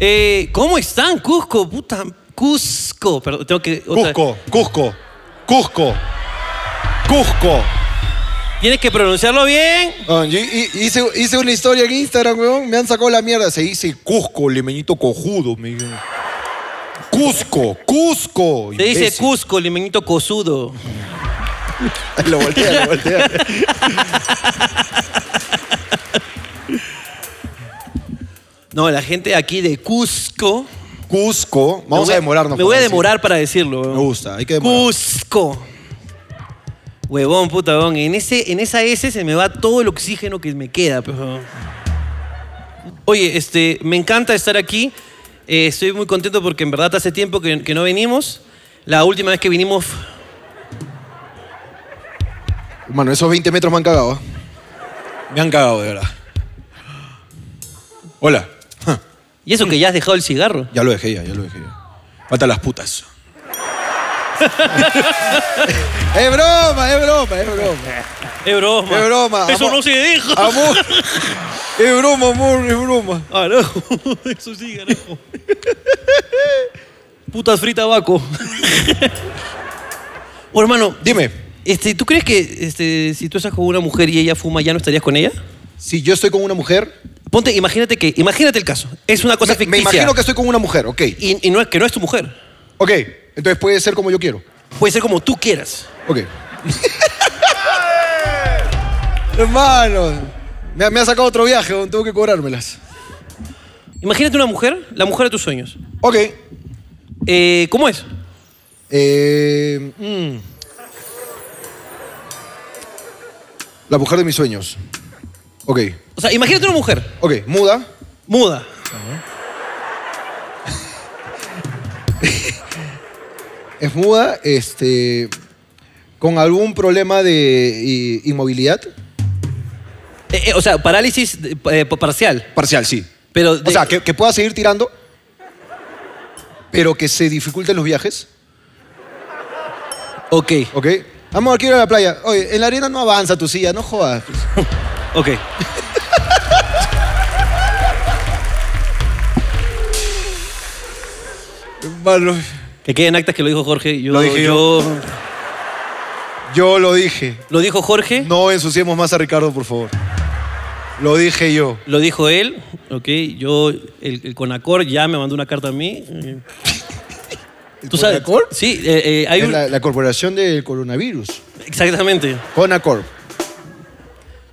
Eh, ¿Cómo están, Cusco? Puta, Cusco. Perdón, tengo que. otra vez. Cusco, Cusco, Cusco, Cusco. Tienes que pronunciarlo bien. Ah, yo hi- hice, hice una historia en Instagram, weón. Me han sacado la mierda. Se dice Cusco, limeñito cojudo, me dijeron. Cusco, Cusco. Te dice imbécil. Cusco, limeñito cosudo. Lo voltea, lo voltea. No, la gente aquí de Cusco. Cusco. Vamos Me voy- a demorarnos. Me voy a para decir. demorar para decirlo. Me weón. gusta, hay que demorar. Cusco. Huevón, puta, huevón. En, ese, en esa S se me va todo el oxígeno que me queda. pues, huevón. Oye, este, me encanta estar aquí. Eh, estoy muy contento porque en verdad hace tiempo que, que no venimos. La última vez que vinimos... Mano, esos 20 metros me han cagado. ¿eh? Me han cagado, de verdad. Hola. Y eso que ya has dejado el cigarro. Ya lo dejé ya, ya lo dejé ya. Mata las putas. es broma, es broma, es broma. Es broma. Es broma. Eso Amor. no se deja. Amor. Es broma, amor, es broma. Carajo, Ah, eso sí, carajo. Putas frita vaco. oh, hermano, Dime, este, ¿tú crees que este, si tú estás con una mujer y ella fuma, ya no estarías con ella? si yo estoy con una mujer, Ponte, imagínate que, imagínate el caso. Es una cosa me, me ficticia. imagino que estoy con una mujer, ok. y, y no es que no es tu mujer. Ok, entonces puede ser como yo quiero. Puede ser como tú quieras. Ok. Hermano, me, ha- me ha sacado otro viaje, weón, tengo que cobrármelas. Imagínate una mujer, la mujer de tus sueños. Ok. Eh, ¿Cómo es? eh, mm. La mujer de mis sueños. Ok, O sea, imagínate una mujer ok, muda. muda. Es muda, este. Con algún problema de i- inmovilidad. Eh, eh, o sea, parálisis de- eh, parcial. Parcial, sí. Pero de- O sea, que, que pueda seguir tirando, pero que se dificulten los viajes. Ok, Ok. Amor, quiero ir a la playa. Oye, en la arena no avanza tu silla, no jodas. ok. Malo. Que queden actas que lo dijo Jorge. Yo, Lo dije yo. Yo lo dije. Lo dijo Jorge, No ensuciemos más a Ricardo, por favor. Lo dije yo. lo dijo él, ok, yo, el, el Conacor ya me mandó una carta a mí. eh. ¿Tú sabes? ¿Conacor? Sí, eh, eh, hay Es un... la, la corporación del coronavirus. Exactamente. Conacorp.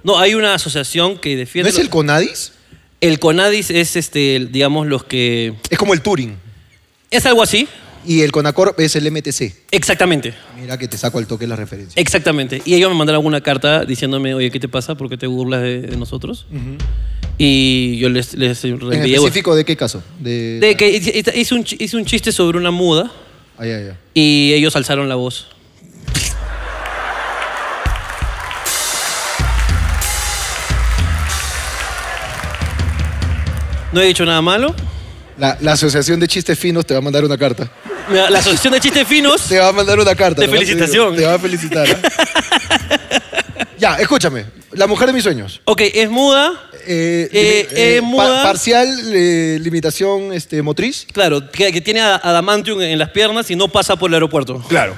No, hay una asociación que ¿No defiende... es el Conadis? El Conadis es, este, el- digamos, los que... Es como el Turing. Es algo así. Y el Conacorp es el MTC. Exactamente, Mira que te saco al toque la Eh, referencia. exactamente. Y ellos me mandaron una carta diciéndome, oye, ¿qué te pasa? ¿Por qué te burlas de, de nosotros? Y yo les, les ¿En reenvié... específico de qué caso? De... De que hice hice un, chi- hice un chiste sobre una muda Ah, ya, ya. y ellos alzaron la voz. No he dicho nada malo. La, la asociación de chistes finos te va a mandar una carta. Mira, La Asociación de Chistes Finos. Te va a mandar una carta. De nomás te digo. felicitación. Te va a felicitar. ¿ah? ya, escúchame. La mujer de mis sueños. Ok, es muda. Eh, Eh, limi- eh, eh, muda. parcial eh, limitación este, motriz. Claro, que, que tiene a- adamantium en las piernas y no pasa por el aeropuerto. Claro.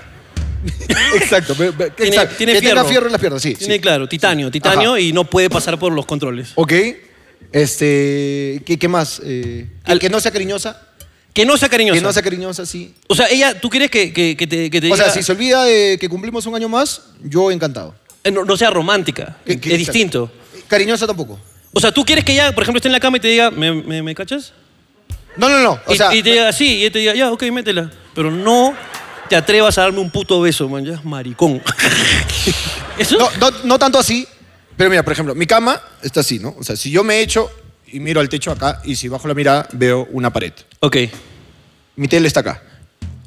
exacto. pe- pe- Tiene- exacto. tiene que tenga fierro. fierro en las piernas, sí. Tiene, sí. claro, titanio, titanio y no puede pasar por los controles. Ok. Este, ¿qué, qué más? Eh, que- Al- que no sea cariñosa. Que no sea cariñosa. Que no sea cariñosa, sí. O sea, ella, ¿tú quieres que, que- que te, que te O sea, diga- si se olvida de que cumplimos un año más, yo encantado. Eh, no, no sea romántica? Que- es que- distinto. Cariñosa tampoco. O sea, ¿tú quieres que ella, por ejemplo, esté en la cama y te diga, ¿me, me- me cachas? No, no, no. O y, sea, y te diga, sí, y ella te diga, ya, ok, métela. Pero no te atrevas a darme un puto beso, man, ya es maricón. ¿Eso? No, no, no tanto así, pero mira, por ejemplo, mi cama está así, ¿no? O sea, si yo me echo y miro al techo acá y si bajo la mirada veo una pared. Ok, Mi tele está acá,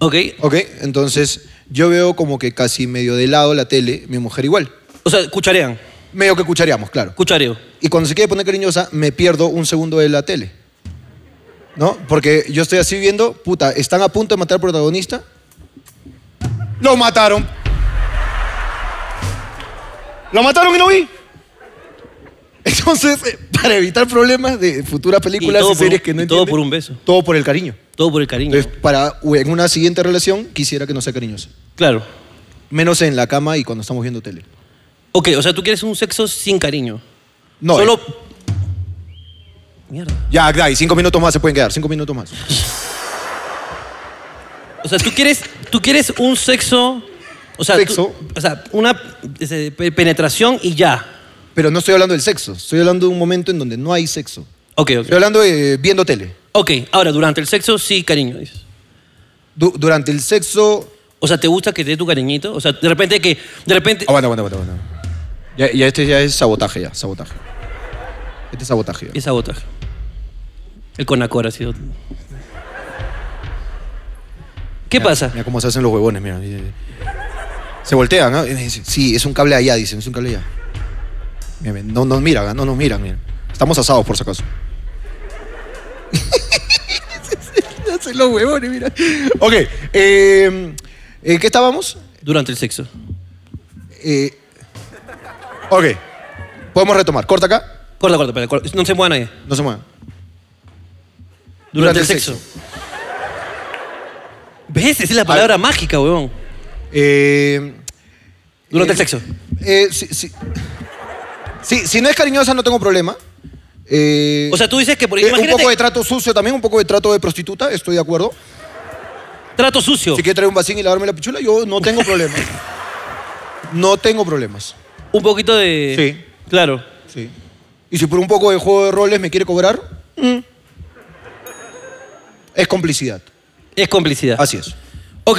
ok. ¿ok? Entonces yo veo como que casi medio de lado la tele, mi mujer igual. O sea, cucharean, Medio que cuchareamos, claro. cuchareo. Y cuando se quiere poner cariñosa, me pierdo un segundo de la tele. ¿No? Porque yo estoy así viendo, puta, están a punto de matar al protagonista. ¡Lo mataron! ¡Lo mataron y no vi! Entonces, eh, para evitar problemas de futuras películas y, todo por series un- que no y todo entiende, por un beso. Todo por el cariño. Todo por el cariño. Entonces, para en una siguiente relación, quisiera que no sea cariñosa. claro. Menos en la cama y cuando estamos viendo tele. Ok, o sea, tú quieres un sexo sin cariño. No, Solo. eh, Mierda. ya, ya, y cinco minutos más se pueden quedar, cinco minutos más. O sea, tú quieres, tú quieres un sexo. O sea, Sexo. tú- o sea, una eh, pe- penetración y ya. Pero no estoy hablando del sexo, estoy hablando de un momento en donde no hay sexo. Ok, ok. Estoy hablando de viendo tele. Ok, ahora, durante el sexo sí cariño, dices. Du- durante el sexo... O sea, ¿te gusta que te dé tu cariñito? O sea, de repente que. De repente. Eh, Aguanta, aguanta, aguanta. aguanta. Ya, ya este ya es sabotaje, ya, sabotaje. Este es sabotaje. ya. Es sabotaje. El Conacor ha sido. ¿Qué pasa? Mira cómo se hacen los huevones, mira. Se voltean, ¿ah? Y dicen, Sí, es un cable allá, dicen, es un cable allá. Mira, mira, No nos miran, ¿ah? no nos miran, mira. Estamos asados, por si acaso. hacen los huevones, mira. Ok, eh, ¿en qué estábamos? Durante el sexo. Eh, ok, podemos retomar. Corta acá, Corta, corta, espera, corta. No se mueva nadie. no se muevan. Durante, el sexo. ¿Ves? Esa es la palabra mágica, weón. Eh, Durante eh, el sexo. eh, si, si- si- si no es cariñosa, no tengo problema. Eh, O sea, tú dices que por Eh, un imagínate, poco de trato sucio también, un poco de trato de prostituta, estoy de acuerdo. trato sucio. Si quiere traer un vacín y lavarme la pichula, yo no tengo problemas. No tengo problemas. Un poquito de. Sí. Claro. Sí. Y si por un poco de juego de roles me quiere cobrar, mm, es complicidad. Es complicidad. Así es. Ok.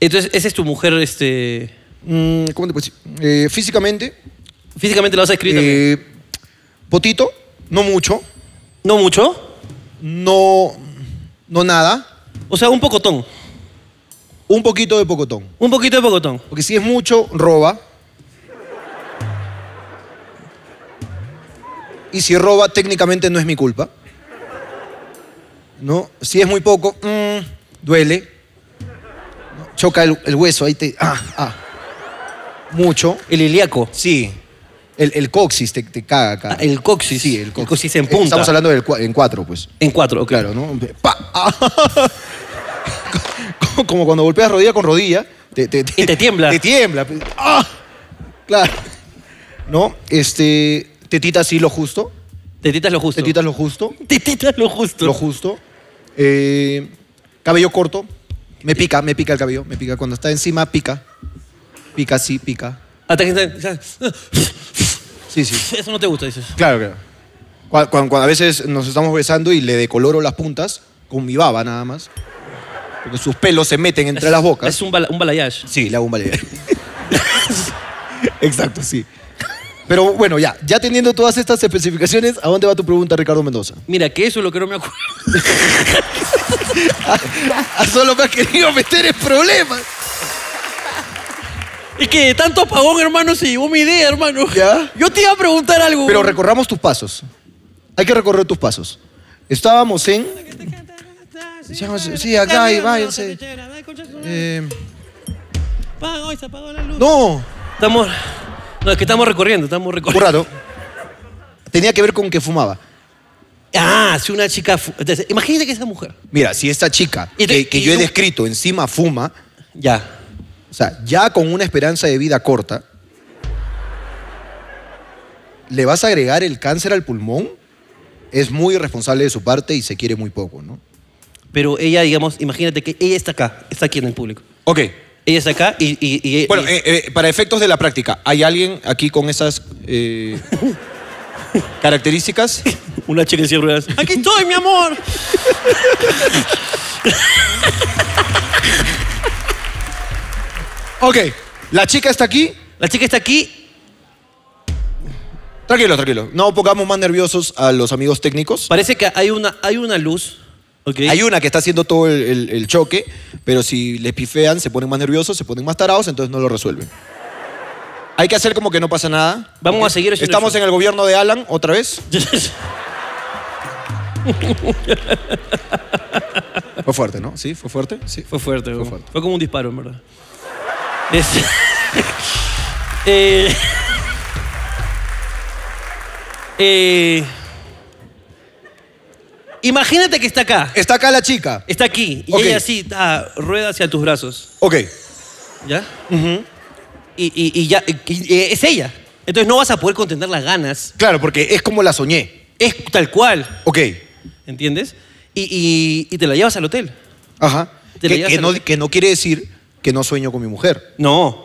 Entonces, esa es tu mujer, este. Mm, ¿Cómo te puedo decir? Eh, físicamente, Físicamente la vas a escribir también. eh, potito, no mucho, No mucho. no, no nada, O sea, un pocotón. un poquito de pocotón. Un poquito de pocotón. Porque si es mucho, roba. Y si roba, técnicamente no es mi culpa. ¿No? Si es muy poco, mm, duele. ¿No? Choca el, el hueso, ahí te. Ah, ah. Mucho. El ilíaco. Sí. El, el coxis te, te caga acá. Ah, el coxis. Sí, el El coxis. coxis en Eh, punta. Estamos hablando del cua- en cuatro, pues. En cuatro, ok. Claro, ¿no? Pa. Ah. Co- Como cuando golpeas rodilla con rodilla. Te, Y te tiembla. Te tiembla. Ah. Claro. ¿No? Este. Tetita sí lo justo. Tetitas lo justo. Tetita lo justo. Tetitas lo justo. Lo justo. Eh, cabello corto. Me pica, me pica el cabello. Me pica. Cuando está encima, pica. Pica, sí, pica. Hasta que. o sea, Sí, sí. Eso no te gusta, dices. Claro, claro. Cuando, a veces nos estamos besando y le decoloro las puntas con mi baba nada más. Porque sus pelos se meten entre las bocas. Es un, bala- un balayage. Sí, la bomba ballet. Exacto, sí. Pero bueno, ya, ya teniendo todas estas especificaciones, ¿a dónde va tu pregunta, Ricardo Mendoza? Mira, que eso es lo que no me acuerdo. A solo me has querido meter en problemas. Es que de tanto apagón, hermano, se llevó mi idea, hermano. ¿Ya? Yo te iba a preguntar algo. Pero weón. recorramos tus pasos. Hay que recorrer tus pasos. Estábamos en. Sí, acá y váyanse. eh, no, Estamos. No, es que estamos recorriendo, estamos un recorriendo. rato. Tenía que ver con que fumaba. Ah, si una chica. fu- entonces, imagínate que esa mujer. Mira, si esta chica Y te- que, que y yo he tú- descrito encima fuma, Ya. O sea, ya con una esperanza de vida corta, ¿le vas a agregar el cáncer al pulmón? Es muy irresponsable de su parte y se quiere muy poco, ¿no? Pero ella, digamos, imagínate que ella está acá, está aquí en el público. Ok. Ella está acá y. y- eh, y- y- para efectos de la práctica, ¿hay alguien aquí con esas eh, características? Una chica en silla de ruedas. ¡Aquí estoy, mi amor! Ok. La chica está aquí. La chica está aquí Tranquilo, tranquilo. No pongamos más nerviosos a los amigos técnicos. Parece que hay una, hay una luz. ¿ok? Hay una que está haciendo todo el, el- el choque, pero si les pifean, se ponen más nerviosos, se ponen más tarados, entonces no lo resuelven. Hay que hacer como que no pasa nada. Vamos a seguir haciendo Estamos eso. en el gobierno de Alan otra vez. Fue fuerte, ¿no? Sí, fue fuerte. Sí. Fue fuerte, Fue fue, fuerte. fue como un disparo, en verdad. Es- Eh, Eh, imagínate que está acá. Está acá la chica. Está aquí. Y Ok. ella así ah, rueda hacia tus brazos. Ok. ¿Ya? y, y- y ya. y- y es ella. Entonces no vas a poder contener las ganas. Claro, porque es como la soñé. Es tal cual. Ok. ¿Entiendes? Y, y- y te la llevas al hotel. Ajá. Te la Que, llevas que a no, la- que no quiere decir que no sueño con mi mujer. E, No.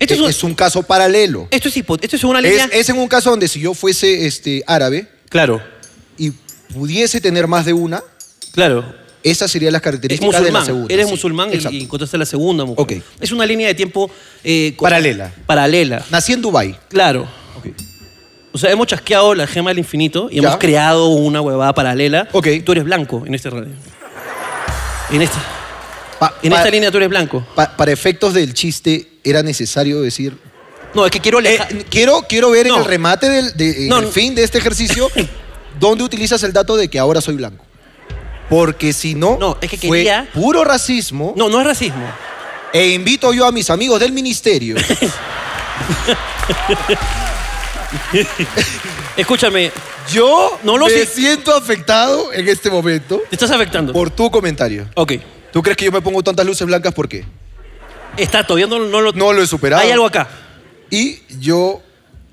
Esto es, Es, un- es un caso paralelo. esto es hipo- esto es una línea. Es, es en un caso donde si yo fuese este, árabe Claro, y pudiese tener más de una, claro. esas serían las Es características de la musulmán. segunda. Eres sí. musulmán y- Exacto. y, encontraste a la segunda mujer. Ok. Es una línea de tiempo. eh, con- Paralela. Paralela. Nací en Dubái. Claro. O sea, hemos chasqueado la gema del infinito y Ya. hemos creado una huevada paralela. Ok. Tú eres blanco en este radio. En esta, Pa- en pa- esta línea tú eres blanco. pa- para efectos del chiste, era necesario decir. No, es que quiero alejar. Eh, quiero, quiero ver en No. el remate del de- en No, el no. fin de este ejercicio dónde utilizas el dato de que ahora soy blanco. Porque si no, No, es que fue quería- puro racismo. No, no es racismo. E invito yo a mis amigos del ministerio. Escúchame, Yo No lo me sé. siento afectado en este momento te estás afectando. por tu comentario. Ok. ¿Tú crees que yo me pongo tantas luces blancas por qué? Está, todavía no, no lo. No lo he superado. Hay algo acá. Y yo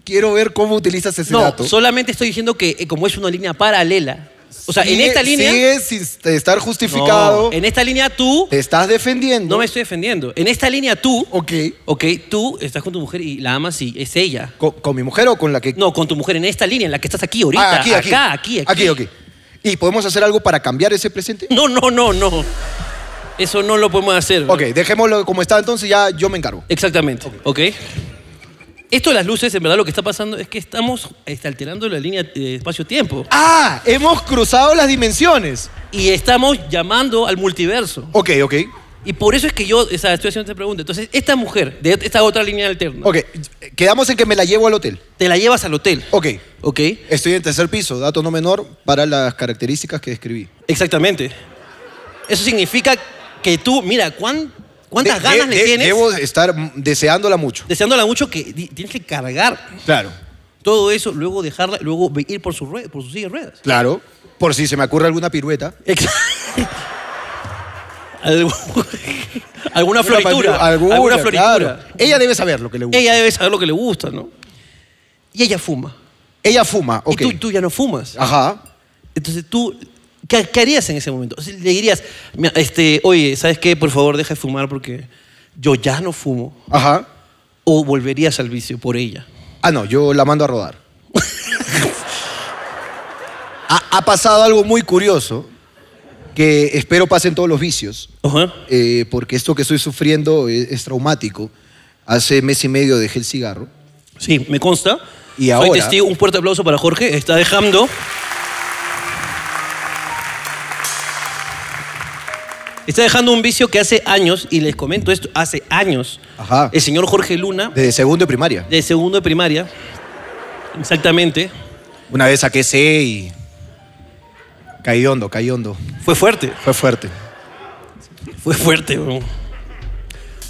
quiero ver cómo utilizas ese no, dato. solamente estoy diciendo que eh, como es una línea paralela. O sea, en Sigue- esta línea. Sigue sin estar justificado. no, en esta línea tú. Te estás defendiendo. No me estoy defendiendo. En esta línea tú. Ok. Ok, tú estás con tu mujer y la amas y es ella. ¿Con, con mi mujer o con la que.? No, con tu mujer en esta línea, en la que estás aquí ahorita. Ah, aquí, aquí. Acá, aquí, aquí. Aquí, ok. ¿Y podemos hacer algo para cambiar ese presente? No, no, no, no. Eso no lo podemos hacer. Ok, dejémoslo como está, entonces ya yo me encargo. Exactamente. Ok. Esto de las luces, en verdad lo que está pasando es que estamos este, alterando la línea de espacio-tiempo. ¡Ah! Hemos cruzado las dimensiones. Y estamos llamando al multiverso. Ok, ok. Y por eso es que yo o sea, estoy haciendo esta pregunta. Entonces, esta mujer, de esta otra línea alterna, Ok, quedamos en que me la llevo al hotel. te la llevas al hotel. Ok, Ok. estoy en tercer piso, dato no menor para las características que describí. Exactamente. Eso significa que tú, mira, ¿cuán- ¿cuántas De- ganas de- le de- tienes? Debo estar mm, deseándola mucho. Deseándola mucho que di- tienes que cargar Claro, todo eso, luego dejarla, luego ve- ir por su, rue- por su silla de ruedas. claro. Por si se me ocurre alguna pirueta. Ex- Algu- alguna floritura. Alguna, Alguna, floritura. claro. Ella debe saber lo que le gusta. Ella, Ella debe saber lo que le gusta, ¿no? Y ella fuma. fuma, ok. Y tú, tú ya no fumas. Ajá. Entonces tú, ¿qué, qué harías en ese momento? O sea, Le dirías, "Mira, este, oye, ¿sabes qué? Por favor, deja de fumar porque yo ya no fumo. Ajá. O volverías al vicio por ella. Ah, no, yo la mando a rodar. ha, ha pasado algo muy curioso que espero pasen todos los vicios, Ajá. eh, porque esto que estoy sufriendo es, es traumático. Hace mes y medio dejé el cigarro. Sí, me consta. Y Soy ahora- testigo. Un fuerte aplauso para Jorge. Está dejando. Está dejando un vicio que hace años, y les comento esto, hace años, Ajá. el señor Jorge Luna, Desde segundo de primaria. de segundo de primaria, exactamente, Una vez saqué C y. Caí hondo, caí hondo. fue fuerte. Fue fuerte. Fue fuerte, weón.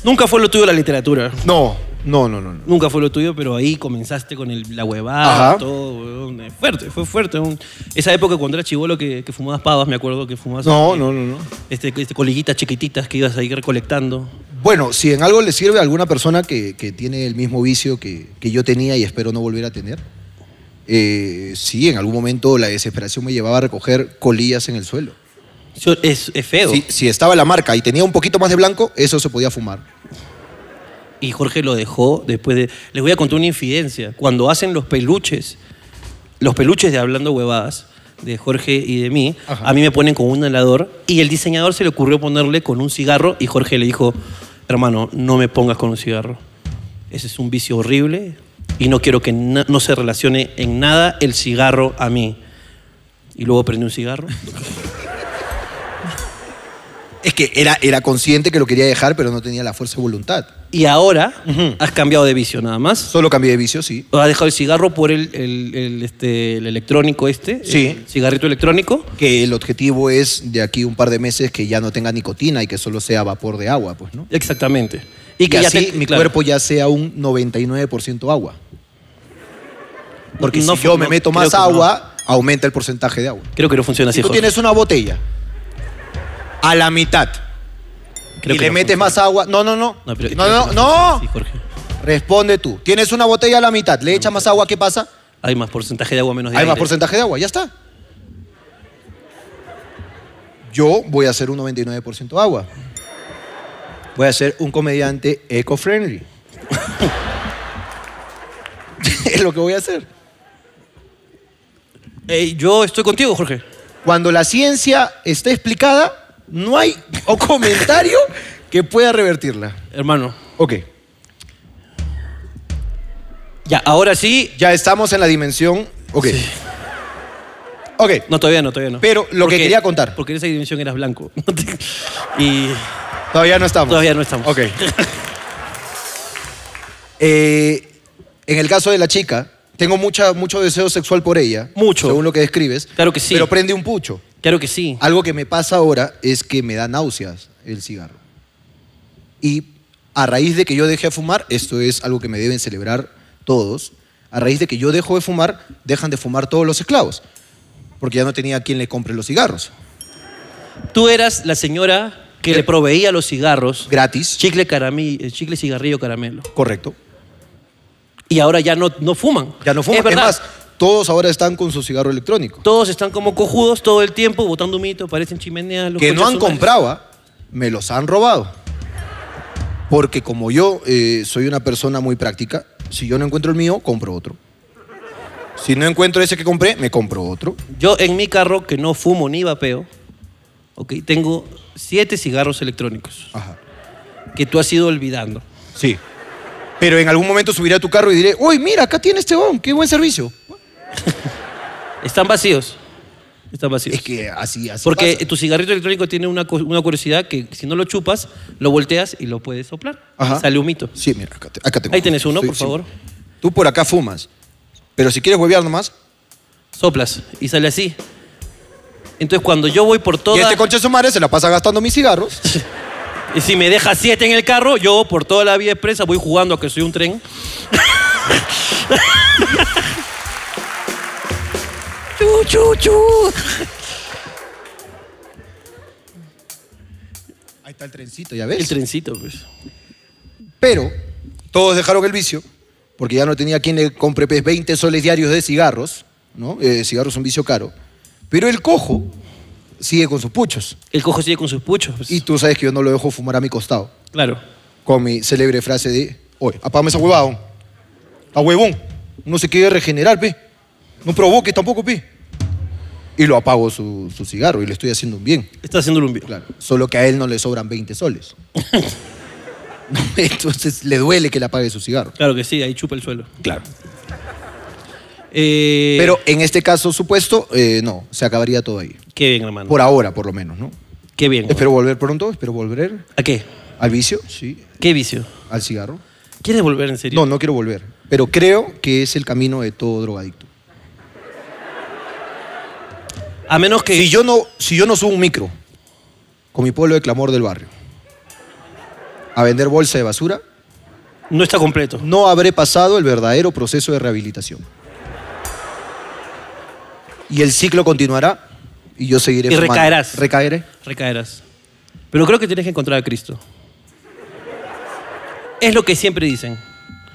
Nunca fue lo tuyo la literatura. No, no, no, no. no. Nunca fue lo tuyo, pero ahí comenzaste con el- la huevada, Ajá. todo, weón. Eh, Fuerte, fue fuerte. weón. Esa época cuando era chivolo que, que fumabas pavas, me acuerdo que fumabas. No, eh, no, no, no. Este, este, colillitas chiquititas que ibas a ir recolectando. Bueno, si en algo le sirve a alguna persona que, que tiene el mismo vicio que, que yo tenía y espero no volver a tener, eh, sí, en algún momento la desesperación me llevaba a recoger colillas en el suelo. Eso Es, es feo. Si, si estaba la marca y tenía un poquito más de blanco, eso se podía fumar. Y Jorge lo dejó después de. Les voy a contar una infidencia. Cuando hacen los peluches, los peluches de Hablando Huevadas, de Jorge y de mí, Ajá. a mí me ponen con un helador y el diseñador se le ocurrió ponerle con un cigarro y Jorge le dijo: Hermano, no me pongas con un cigarro. Ese es un vicio horrible y no quiero que na- no se relacione en nada el cigarro a mí. Y luego prendí un cigarro. Es que era, era consciente que lo quería dejar, pero no tenía la fuerza de voluntad. Y ahora has cambiado de vicio nada más. Solo cambié de vicio, sí. Ha dejado el cigarro por el, el- el, este, el electrónico este. Sí. el cigarrito electrónico. Que el objetivo es de aquí un par de meses que ya no tenga nicotina y que solo sea vapor de agua, pues, ¿no? Exactamente. Y Y que así te- mi claro. cuerpo ya sea un 99% agua. Porque No si yo fu- me no, meto creo más que no. agua, aumenta el porcentaje de agua. Creo que no funciona así, Si tú Jorge. tienes una botella a la mitad Creo y que le no metes funciona. más agua. No, no, no. No, No, pero- no, no. Sí, Jorge. Responde tú. Tienes una botella a la mitad, le echas más agua, ¿qué pasa? Hay más porcentaje de agua, menos de Hay más aire. porcentaje de agua, ya está. Yo voy a ser un 99% agua. Voy a ser un comediante eco-friendly. es lo que voy a hacer. Ey, yo estoy contigo, Jorge. Cuando la ciencia esté explicada, no hay o comentario que pueda revertirla. Hermano. Ok, Ya, ahora sí. ya estamos en la dimensión. Ok. Sí. Ok, No, todavía no, todavía no. Pero lo que Porque- quería contar. Porque en esa dimensión eras blanco. y todavía no estamos. todavía no estamos. Ok. Eh, en el caso de la chica, tengo mucha, mucho deseo sexual por ella. Mucho. Según lo que describes. Claro que sí. Pero prende un pucho. Claro que sí. Algo que me pasa ahora es que me da náuseas el cigarro. Y a raíz de que yo dejé de fumar, esto es algo que me deben celebrar todos, a raíz de que yo dejo de fumar, dejan de fumar todos los esclavos. Porque ya no tenía quien le compre los cigarros. Tú eras la señora que Eh. le proveía los cigarros. Gratis. Chicle, caramí, eh, chicle cigarrillo caramelo. Correcto. Y ahora ya no, no fuman. Ya no fuman. Es verdad. más, todos ahora están con su cigarro electrónico. Todos están como cojudos todo el tiempo, botando mito, parecen chimeneas. los que no conchas han humanas. comprado, ¿ah? me los han robado. Porque como yo eh, soy una persona muy práctica, si yo no encuentro el mío, compro otro. Si no encuentro ese que compré, me compro otro. Yo en mi carro, que no fumo ni vapeo, ok, tengo siete cigarros electrónicos Ajá. que tú has ido olvidando. Sí. Pero en algún momento subiré a tu carro y diré, uy, mira, acá tiene este bon, qué buen servicio. Están vacíos. Están vacíos. Es que así, así Porque pasa. tu cigarrito electrónico tiene una, cu- una curiosidad que si no lo chupas, lo volteas y lo puedes soplar. Ajá. Y Sale humito. Sí, mira, acá, te- acá tengo. Ahí tenés uno, Sí, por sí. favor. Tú por acá fumas. Pero si quieres huevear nomás, Soplas y sale así. Entonces cuando yo voy por toda... y este concha de su madre se la pasa gastando mis cigarros. Y si me deja siete en el carro, yo por toda la vía expresa voy jugando a que soy un tren. chu, chu, chu. Ahí está el trencito, ¿ya ves? El trencito, pues. Pero todos dejaron el vicio, porque ya no tenía quien le compre pues, 20 soles diarios de cigarros, ¿no? Eh, cigarros es un vicio caro. Pero el cojo sigue con sus puchos. El cojo sigue con sus puchos. pues. Y tú sabes que yo no lo dejo fumar a mi costado, Claro. con mi célebre frase de, oye, apágame esa huevada, hon. a huevón, no se quiere regenerar, pe. No provoques tampoco, pe. Y lo apago su, su cigarro y le estoy haciendo un bien. Está haciendo un bien. Claro, solo que a él no le sobran 20 soles. Entonces le duele que le apague su cigarro. Claro que sí, ahí chupa el suelo. Claro. Eh, Pero en este caso supuesto, eh, no, se acabaría todo ahí. Qué bien, hermano. Por ahora, por lo menos, ¿no? Qué bien. Espero volver pronto, espero volver ¿A qué? al vicio, sí, ¿Qué vicio? al cigarro. ¿Quieres volver en serio? No, no quiero volver, pero creo que es el camino de todo drogadicto. A menos que. Si yo no, si yo no subo un micro con mi pueblo de clamor del barrio a vender bolsa de basura, No está completo. no habré pasado el verdadero proceso de rehabilitación. Y el ciclo continuará y yo seguiré Y fumando. recaerás. Recaeré. Recaerás. Pero creo que tienes que encontrar a Cristo. Es lo que siempre dicen.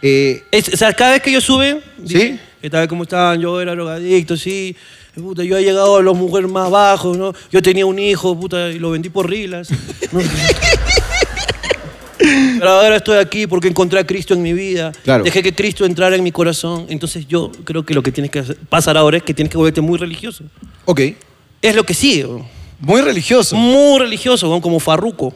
Eh, Es- o sea, cada vez que ellos suben, ¿Sí? dicen, ¿qué tal? ¿Cómo están? Yo era drogadicto, sí. Puta, yo he llegado a los mujeres más bajos, ¿no? Yo tenía un hijo, puta, y lo vendí por rilas. ¿no? Pero ahora estoy aquí porque encontré a Cristo en mi vida. Claro. Dejé que Cristo entrara en mi corazón. Entonces yo creo que lo que tienes que hacer- pasar ahora es que tienes que volverte muy religioso. ok. Es lo que sigue. weón. Muy religioso. Muy religioso, weón, como Farruco.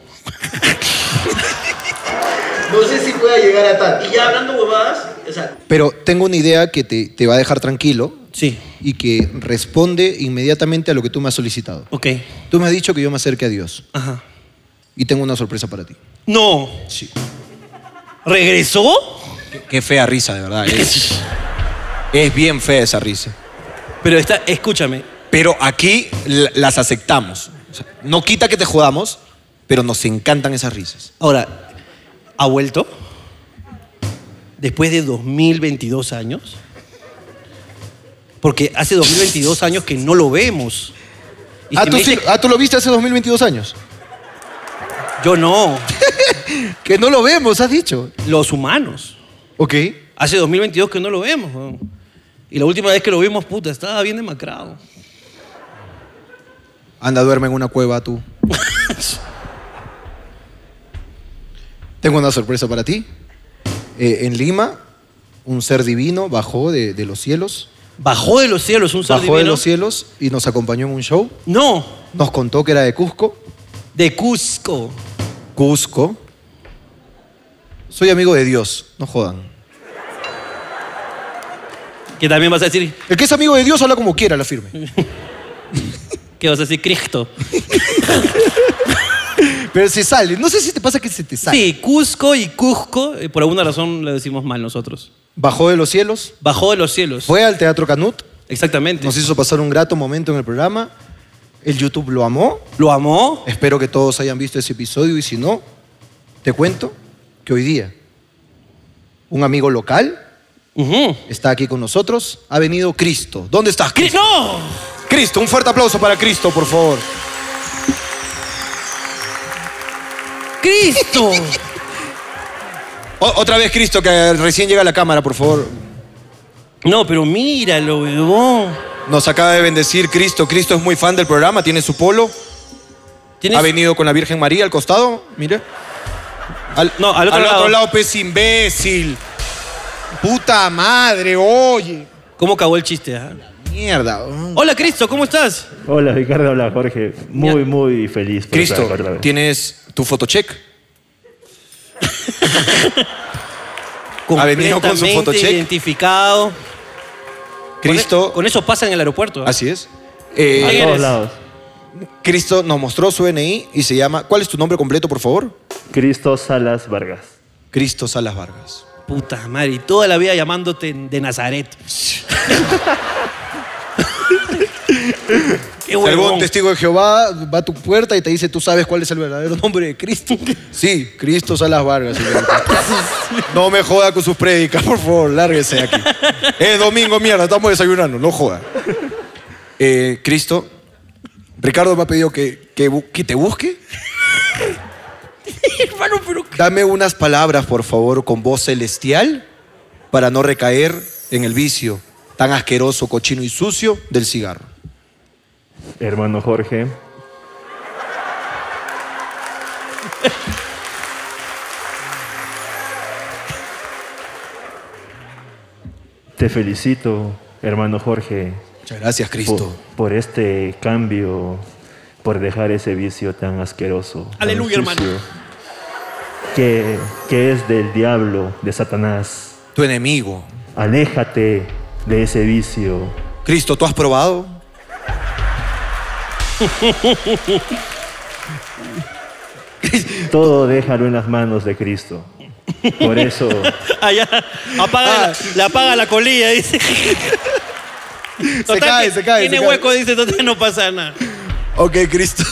No sé si pueda llegar a tanto. Y ya hablando huevadas, o sea... Pero tengo una idea que te, te va a dejar tranquilo Sí, y que responde inmediatamente a lo que tú me has solicitado. ok. Tú me has dicho que yo me acerque a Dios Ajá. y tengo una sorpresa para ti. No. Sí. ¿Regresó? Qué, fea risa, de verdad. Es, es bien fea esa risa. Pero está, escúchame, Pero aquí la- las aceptamos. O sea, no quita que te jodamos, pero nos encantan esas risas. ahora, ¿ha vuelto? Después de 2022 años. Porque hace 2022 años que no lo vemos. Y Ah si tú, me sí- dices- ah, tú lo viste hace 2022 años. yo no, Que no lo vemos, has dicho. los humanos. Ok. Hace 2022 que no lo vemos. weón. Y la última vez que lo vimos, puta, estaba bien demacrado. Anda, duerme en una cueva tú. Tengo una sorpresa para ti. Eh, en Lima, un ser divino bajó de, de los cielos. Bajó de los cielos un ser Bajó de divino. los cielos y nos acompañó en un show. No, Nos contó que era de Cusco. de Cusco. Cusco. Soy amigo de Dios, no jodan. Que también vas a decir, El que es amigo de Dios habla como quiera, la firme. que vas a decir Cristo. Pero se sale. No sé si te pasa que se te sale. Sí, Cusco y Cusco, eh, por alguna razón le decimos mal nosotros. Bajó de los cielos, Bajó de los cielos. fue al Teatro Canut, Exactamente. nos hizo pasar un grato momento en el programa. El YouTube lo amó. Lo amó. Espero que todos hayan visto ese episodio y si no, te cuento que hoy día un amigo local Ujú. está aquí con nosotros. Ha venido Cristo. ¿Dónde estás, Cri- Cristo? ¡No! Cristo, un fuerte aplauso para Cristo, por favor. ¡Cristo! O- otra vez, Cristo, que recién llega a la cámara, por favor. No, pero míralo, huevón. Nos acaba de bendecir Cristo. Cristo es muy fan del programa, tiene su polo. Tienes- Ha venido con la Virgen María al costado, mire. Al, No, al otro lado. pues imbécil. Puta madre, oye. ¿Cómo cagó el chiste? ah? Mierda. oh. Hola, Cristo, ¿cómo estás? Hola Ricardo, hola Jorge. Muy, Ya. muy feliz. por Cristo, estar acá otra vez. tienes tu fotocheck. Ha venido con su Completamente photocheck. identificado. Con, Cristo, e- con eso pasa en el aeropuerto. ah. así es. Eh, A ¿quién todos eres? lados. Cristo nos mostró su NI y se llama. ¿Cuál es tu nombre completo, por favor? Cristo Salas Vargas. Cristo Salas Vargas. Puta madre, y toda la vida llamándote de Nazaret. Qué Si algún huevón. testigo de Jehová va a tu puerta y te dice, tú sabes cuál es el verdadero nombre de Cristo. Sí, Cristo Salas Vargas. señorita. No me joda con sus prédicas, por favor, lárguese de aquí. Es domingo, mierda, estamos desayunando, no joda. Eh, Cristo, Ricardo me ha pedido que, que, bu- que te busque. Hermano, pero Dame unas palabras, por favor, con voz celestial para no recaer en el vicio tan asqueroso, cochino y sucio del cigarro. Hermano Jorge. Te felicito, hermano Jorge, Muchas gracias, po- Cristo. por, este cambio, por dejar ese vicio tan asqueroso. tan Aleluya, hermano. sucio, Que, que es del diablo, de Satanás. Tu enemigo. Aléjate de ese vicio. Cristo, ¿tú has probado? Todo déjalo en las manos de Cristo. Por eso, allá apaga Ah. la, le apaga la colilla, dice. Total que cae, se cae, Tiene se cae. hueco, dice, total no pasa nada. Ok, Cristo.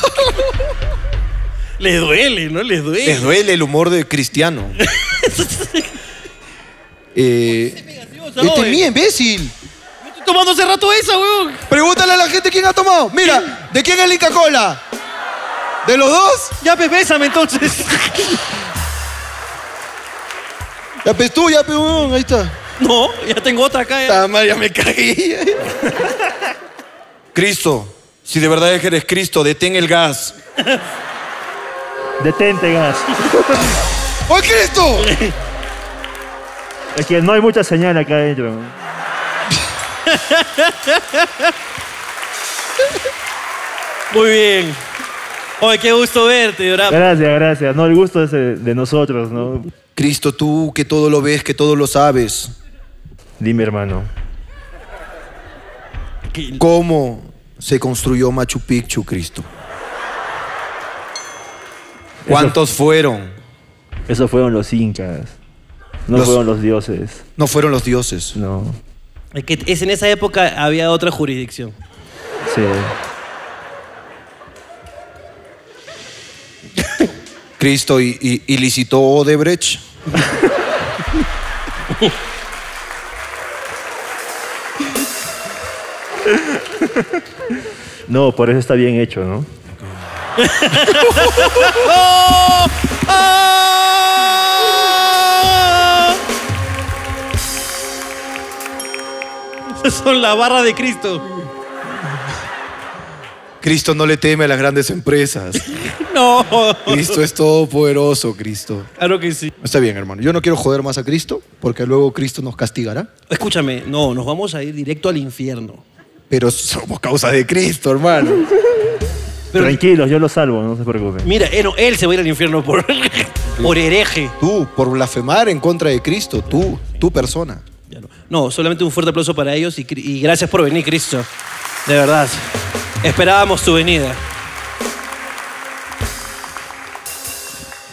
Les duele, ¿no? Les duele. Les duele el humor de cristiano. eh, Gaseosa, este es oye. mío, imbécil. Me estoy tomando hace rato esa, huevón. Pregúntale a la gente quién ha tomado. Mira, ¿de quién es la Inca Cola? ¿De los dos? Ya, pues, bésame entonces. Ya pues tú, ya pues, weón, ahí está. no, ya tengo otra acá. ya. Puta madre, Ah, ya me cagué. Cristo, si de verdad eres Cristo, detén el gas. detente, gas. ¡Oh, Cristo! Es que no hay mucha señal acá adentro. Muy bien. Oye, qué gusto verte, ¿verdad? Gracias, gracias. No, el gusto es de, de nosotros, ¿no? Cristo, tú que todo lo ves, que todo lo sabes. Dime, hermano. Que- ¿Cómo se construyó Machu Picchu, Cristo? ¿Cuántos fueron? Eso fueron los incas. No Los- fueron los dioses. No fueron los dioses. No. Es que es en esa época había otra jurisdicción. Sí. Cristo y, y- y licitó Odebrecht. No, por eso está bien hecho, ¿no? Ah. Son la barra de Cristo. Cristo no le teme a las grandes empresas. No. Cristo es todopoderoso, Cristo. Claro que sí. Está bien, hermano. Yo no quiero joder más a Cristo, porque luego Cristo nos castigará. Escúchame, no, nos vamos a ir directo al infierno. Pero somos causa de Cristo, hermano. Pero- Tranquilos, yo lo salvo, no se preocupen. Mira, eh, no, él se va a ir al infierno por, por hereje. Tú, por blasfemar en contra de Cristo, tú, tu persona. Ya no. No, solamente un fuerte aplauso para ellos y, cri- y gracias por venir, Cristo. De verdad. Esperábamos tu venida.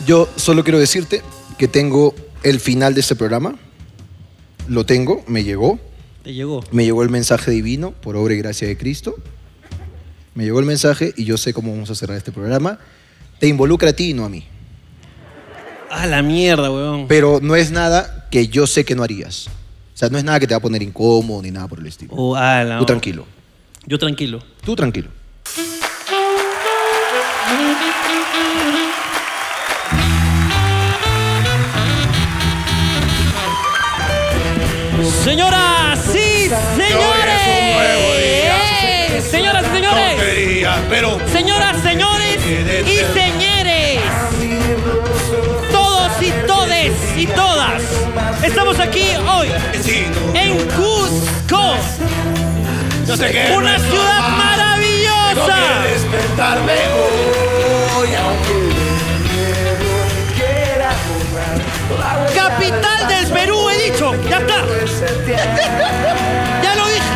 Yo solo quiero decirte que tengo el final de este programa. Lo tengo, me llegó. Te llegó. Me llegó el mensaje divino por obra y gracia de Cristo. Me llegó el mensaje y yo sé cómo vamos a cerrar este programa. Te involucra a ti y no a mí. Ah, la mierda, weón. Pero no es nada que yo sé que no harías. O sea, no es nada que te va a poner incómodo ni nada por el estilo. Oh, ah, la- Tú tranquilo. Yo tranquilo. Tú tranquilo. Señoras y señores. Señoras y señores. pero Señoras, señores y señores. Todos y todes y todas. Estamos aquí hoy en Cusco. yo sé que Una ciudad maravillosa. despertarme Capital del Perú, he dicho. Ya está. Ya lo dije.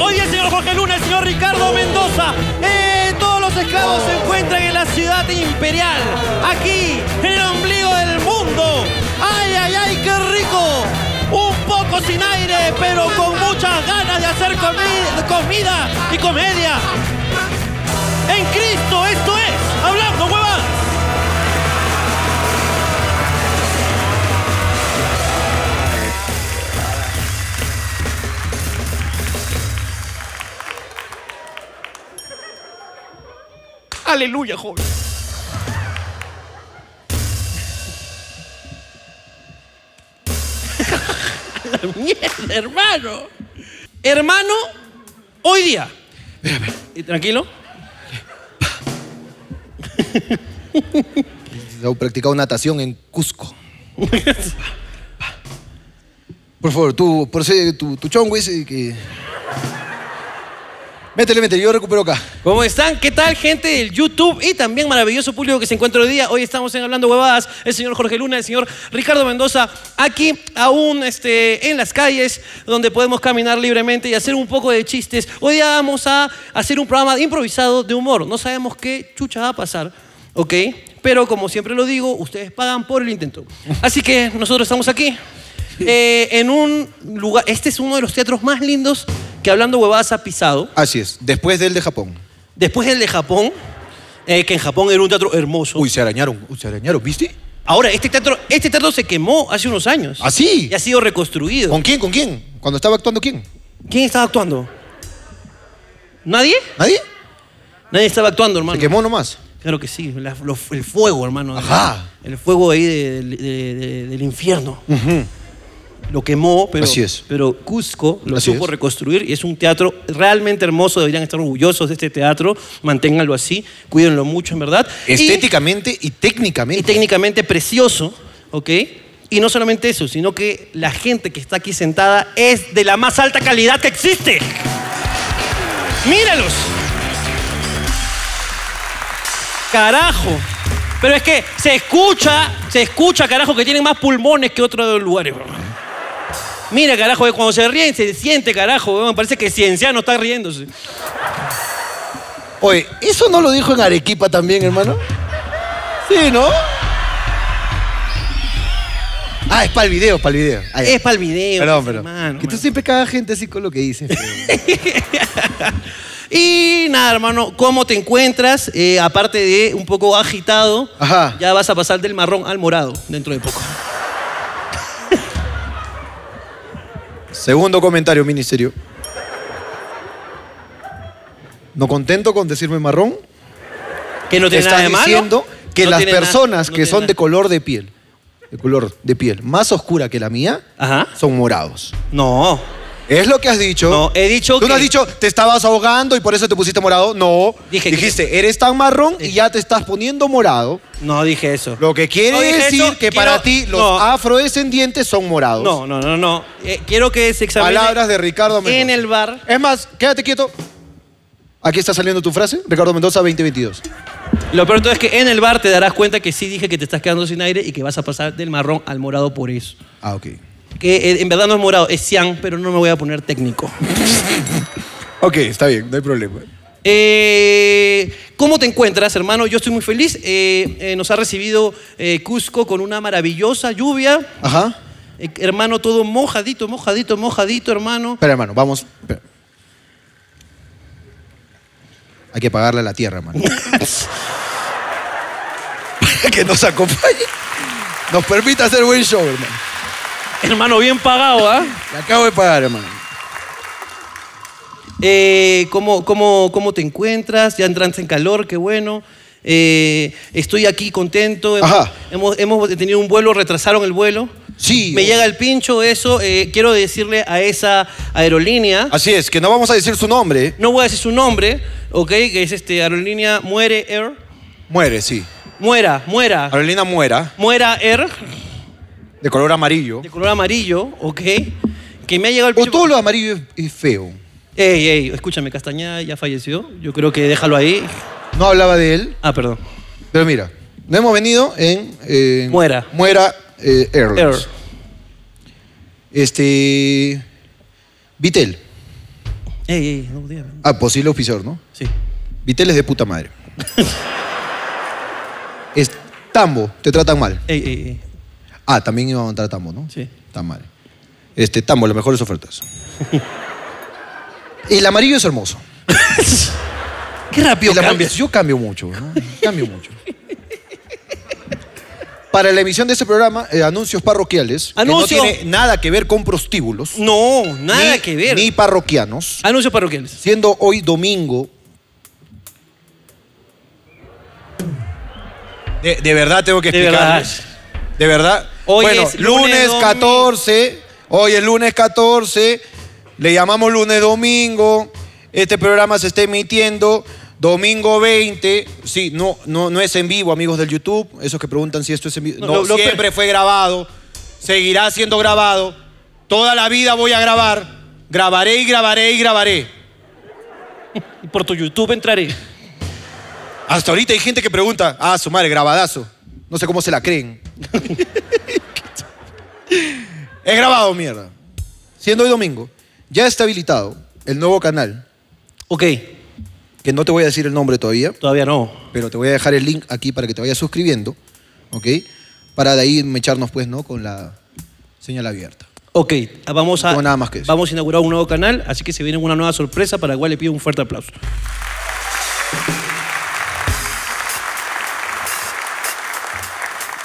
Hoy el señor Jorge Luna, el señor Ricardo Mendoza. eh, todos los esclavos se encuentran en la ciudad imperial. Aquí, en el ombligo del mundo. ¡Ay, ay, ay, qué rico! Un poco sin aire, pero con muchas ganas de hacer comi- comida y comedia. En Cristo, esto es. Hablando, huevadas. Aleluya, joven. La mierda, hermano. Hermano, hoy día. Y Tranquilo. He practicado natación en Cusco. Por favor, tú procede tu, tu chongo ese y que... Métele, métele, yo recupero acá. ¿Cómo están? ¿Qué tal, gente del YouTube y también maravilloso público que se encuentra hoy día? Hoy estamos en Hablando Huevadas, el señor Jorge Luna, el señor Ricardo Mendoza, aquí aún este, en las calles, donde podemos caminar libremente y hacer un poco de chistes. Hoy día vamos a hacer un programa improvisado de humor. No sabemos qué chucha va a pasar, ¿ok? Pero como siempre lo digo, ustedes pagan por el intento. Así que nosotros estamos aquí. eh, en un lugar, este es uno de los teatros más lindos que Hablando Huevadas ha pisado Así es, después del de Japón. después el de Japón, eh, que en Japón era un teatro hermoso. Uy, se arañaron, uy, se arañaron, ¿viste? Ahora, este teatro, este teatro se quemó hace unos años. ¿Ah, sí? Y ha sido reconstruido. ¿Con quién, con quién? ¿Cuando estaba actuando quién? ¿Quién estaba actuando? ¿Nadie? ¿Nadie? Nadie estaba actuando, Se hermano. quemó nomás. Claro que sí, la- lo- el fuego, hermano. Ajá. El fuego ahí de- de- de- del infierno. Lo quemó, pero, Así es. pero Cusco lo Así supo es. reconstruir y es un teatro realmente hermoso. Deberían estar orgullosos de este teatro. Manténganlo así, cuídenlo mucho, en verdad. Y- Estéticamente y técnicamente. y técnicamente precioso, ¿ok? Y no solamente eso, sino que la gente que está aquí sentada es de la más alta calidad que existe. Míralos. Carajo. Pero es que se escucha, se escucha, carajo, que tienen más pulmones que otros de los lugares. bro. Mira, carajo, que cuando se ríen se siente, carajo. Me parece que Cienciano está riéndose. Oye, ¿eso no lo dijo en Arequipa también, hermano? Sí, ¿no? Ah, es para el video, para el video. Ah, ya. Es para el video. Perdón, pues, perdón. hermano, que tú hermano. siempre cagas gente así con lo que dices. pero- Y nada, hermano, ¿cómo te encuentras? Eh, aparte de un poco agitado, Ajá. ya vas a pasar del marrón al morado dentro de poco. Segundo comentario, ministerio. No contento con decirme marrón, Que no tiene está nada de malo. diciendo que No las tiene nada- personas no que tiene son de nada. color de piel, de color de piel más oscura que la mía, Ajá. son morados. No. Es lo que has dicho. No, he dicho Tú no que- has dicho, te estabas ahogando y por eso te pusiste morado. No. Dije que- Dijiste, eres tan marrón y ya te estás poniendo morado. No dije eso. Lo que quiere No dije decir eso, que quiero- para ti los no. afrodescendientes son morados. No, no, no, no. Eh, quiero que se examine. Palabras de Ricardo Mendoza. En el bar. Es más, quédate quieto. Aquí está saliendo tu frase, Ricardo Mendoza 2022. Lo peor de todo es que en el bar te darás cuenta que sí dije que te estás quedando sin aire y que vas a pasar del marrón al morado por eso. Ah, ok. Que eh, en verdad no es morado, es cian, pero no me voy a poner técnico. Ok, está bien, no hay problema. Eh, ¿Cómo te encuentras, hermano? Yo estoy muy feliz. Eh, eh, nos ha recibido eh, Cusco con una maravillosa lluvia. Ajá. Eh, hermano, todo mojadito, mojadito, mojadito, hermano. Espera, hermano, vamos. espera. Hay que pagarle a la tierra, hermano. que nos acompañe. Nos permita hacer buen show, hermano. Hermano, bien pagado, ¿ah? Le acabo de pagar, hermano. Eh, ¿cómo, cómo, cómo te encuentras? Ya entraste en calor, qué bueno. Eh, estoy aquí contento. Hemos- Ajá. Hemos, hemos tenido un vuelo, retrasaron el vuelo. Sí. oh. Me llega el pincho, eso. eh, quiero decirle a esa aerolínea. Así es, que no vamos a decir su nombre. No voy a decir su nombre, ¿ok? Que es este, aerolínea Muere Air. Muere, sí. Muera, muera. Carolina Muera, Muera Air, de color amarillo. de color amarillo, ¿ok? Que me ha llegado el O pincho. todo lo amarillo es, es feo. Ey, ey, escúchame, Castañeda ya falleció. Yo creo que déjalo ahí. No hablaba de él, Ah, perdón. pero mira, no hemos venido en... eh, Muera. Muera eh, Air. Airlines. Este... Vitel. Ey, ey, no, dígame. Ah, posible auspiciador, ¿no? Sí. Vitel es de puta madre. es Tambo, te tratan mal. Ey, ey, ey. Ah, también iba a montar Tambo, ¿no? Sí. Tan mal. Este, Tambo, las mejores ofertas. El amarillo es hermoso. Qué rápido El amor- cambias. Yo cambio mucho, ¿no? Cambio mucho. Para la emisión de este programa, eh, anuncios parroquiales. que Anuncio. no tiene nada que ver con prostíbulos. No, nada ni- que ver. Ni parroquianos. Anuncios parroquiales. Siendo hoy domingo. De, de verdad tengo que De verdad. explicarles. De verdad. Hoy bueno, es lunes, Lunes domingo. 14. Hoy es lunes 14. Le llamamos lunes domingo. Este programa se está emitiendo domingo 20. Sí, no, no, no es en vivo, amigos del YouTube. Esos que preguntan si esto es en vivo. No, No, lo- lo- siempre fue grabado. Seguirá siendo grabado. Toda la vida voy a grabar. Grabaré y grabaré y grabaré. Y Por tu YouTube entraré. Hasta ahorita hay gente que pregunta, ah, su madre, grabadazo. No sé cómo se la creen. es grabado, mierda. Siendo hoy domingo, ya está habilitado el nuevo canal, Ok, que no te voy a decir el nombre todavía, todavía no. pero te voy a dejar el link aquí para que te vayas suscribiendo, ¿ok? Para de ahí mecharnos, pues, ¿no? Con la señal abierta. Ok, vamos a, tengo nada más que decir. vamos a inaugurar un nuevo canal, así que se viene una nueva sorpresa para la cual le pido un fuerte aplauso.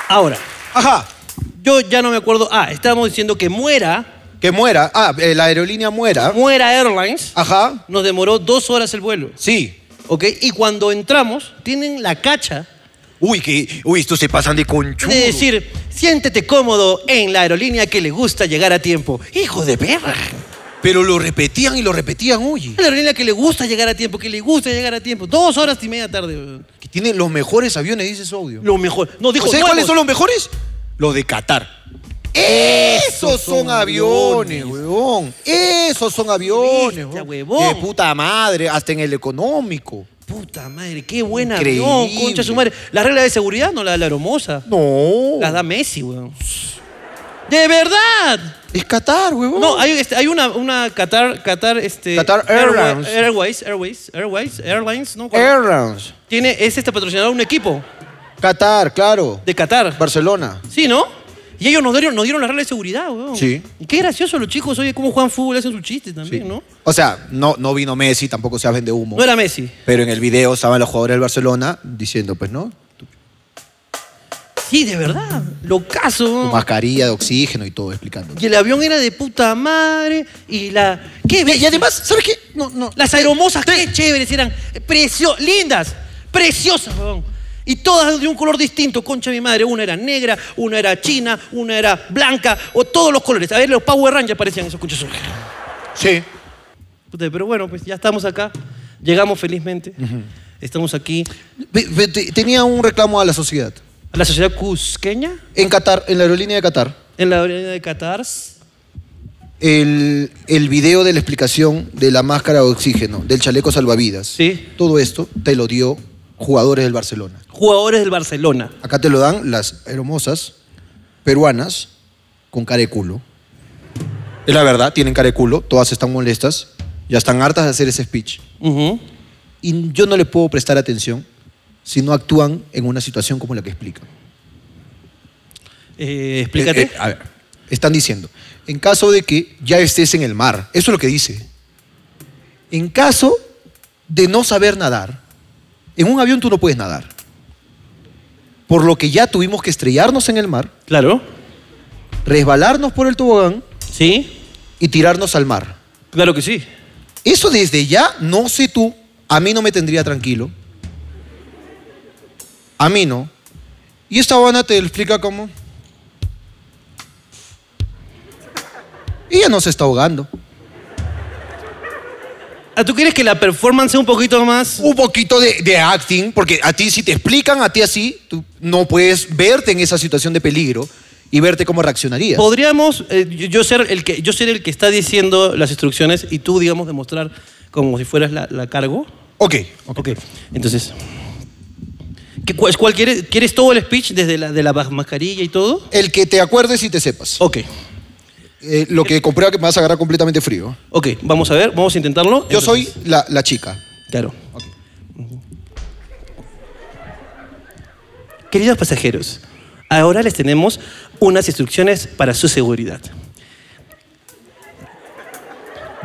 Ahora, Ajá, yo ya no me acuerdo. Ah, estábamos diciendo que muera, que muera. Ah, eh, la aerolínea muera. muera Airlines, Ajá, nos demoró dos horas el vuelo. sí. Ok, y cuando entramos, tienen la cacha Uy, que, uy, estos se pasan de conchudo. de decir, siéntete cómodo en la aerolínea que le gusta llegar a tiempo. Hijo de perra. Pero lo repetían y lo repetían, oye. Es la aerolínea que le gusta llegar a tiempo, que le gusta llegar a tiempo. Dos horas y media tarde. weón. Que tiene los mejores aviones, dice su audio. Lo mejor. No, dijo ¿Sabes nuevos. cuáles son los mejores? Los de Qatar. Esos son son aviones, huevón. Esos son aviones, Bestia, huevón. huevón. De puta madre, hasta en el económico. Puta madre, qué buena Increíble. avión, concha su madre. Las reglas de seguridad no las da la hermosa. No. Las da Messi, weón. ¡De verdad! Es Qatar, huevón. No, hay, este, hay una, una Qatar, Qatar, este... Qatar Airwa- Airlines. Airways, Airways, Airways, Airlines, ¿no? ¿Cuál? Airlines. Tiene, es este patrocinador un equipo Qatar, claro. de Qatar. Barcelona. Sí, ¿no? Y ellos nos dieron, nos dieron las reglas de seguridad, weón. Sí. Y qué gracioso los chicos, oye, cómo juegan fútbol, hacen sus chistes también, ¿no? O sea, no, no vino Messi, tampoco se vende humo. No era Messi. Pero en el video estaban los jugadores del Barcelona diciendo, pues no. Sí, de verdad. Lo Con caso. mascarilla de oxígeno y todo, explicando. Y el avión era de puta madre. Y la. ¿Qué Y, ves? y además, ¿sabes qué? No, no. Las aeromosas, qué chéveres eran. Precio lindas, preciosas, weón. Y todas de un color distinto, concha de mi madre. Una era negra, una era china, una era blanca, o todos los colores. A ver, los Power Rangers parecían esos conchas. Sí. Puta, Pero bueno, pues ya estamos acá. Llegamos felizmente. Estamos aquí. Ve- ve- te- Tenía un reclamo a la sociedad. A la sociedad cusqueña, En Qatar, en la aerolínea de Qatar, en la avenida de Catars. el, el video de la explicación de la máscara de oxígeno, del chaleco salvavidas. Sí. Todo esto te lo dio jugadores del Barcelona. Jugadores del Barcelona. Acá te lo dan las hermosas peruanas con cara de culo. Es la verdad, tienen cara de culo, todas están molestas, ya están hartas de hacer ese speech. Ujú. Y yo no le puedo prestar atención si no actúan en una situación como la que explican. Eh, explícate. Eh, eh, a ver, están diciendo, en caso de que ya estés en el mar, eso es lo que dice. En caso de no saber nadar, en un avión tú no puedes nadar. Por lo que ya tuvimos que estrellarnos en el mar, Claro. resbalarnos por el tobogán Sí. y tirarnos al mar. Claro que sí. Eso desde ya, no sé tú, a mí no me tendría tranquilo. A mí no. Y esta banda te explica cómo. Ella no se está ahogando. Ah, ¿Tú quieres que la performance sea un poquito más.? Un poquito de, de acting, porque a ti si te explican a ti así, tú no puedes verte en esa situación de peligro y verte cómo reaccionarías. Podríamos eh, yo- yo ser el que yo ser el que está diciendo las instrucciones y tú digamos demostrar como si fueras la, la cargo. Ok. Ok. Entonces, ¿qué, cuál, cuál quieres? ¿Quieres todo el speech desde la de la bas- mascarilla y todo? El que te acuerdes y te sepas. Ok. Eh, lo que comprueba que me vas a agarrar completamente frío. Ok, vamos a ver, vamos a intentarlo. Yo Entonces, soy la, la chica. Claro. Queridos pasajeros, ahora les tenemos unas instrucciones para su seguridad.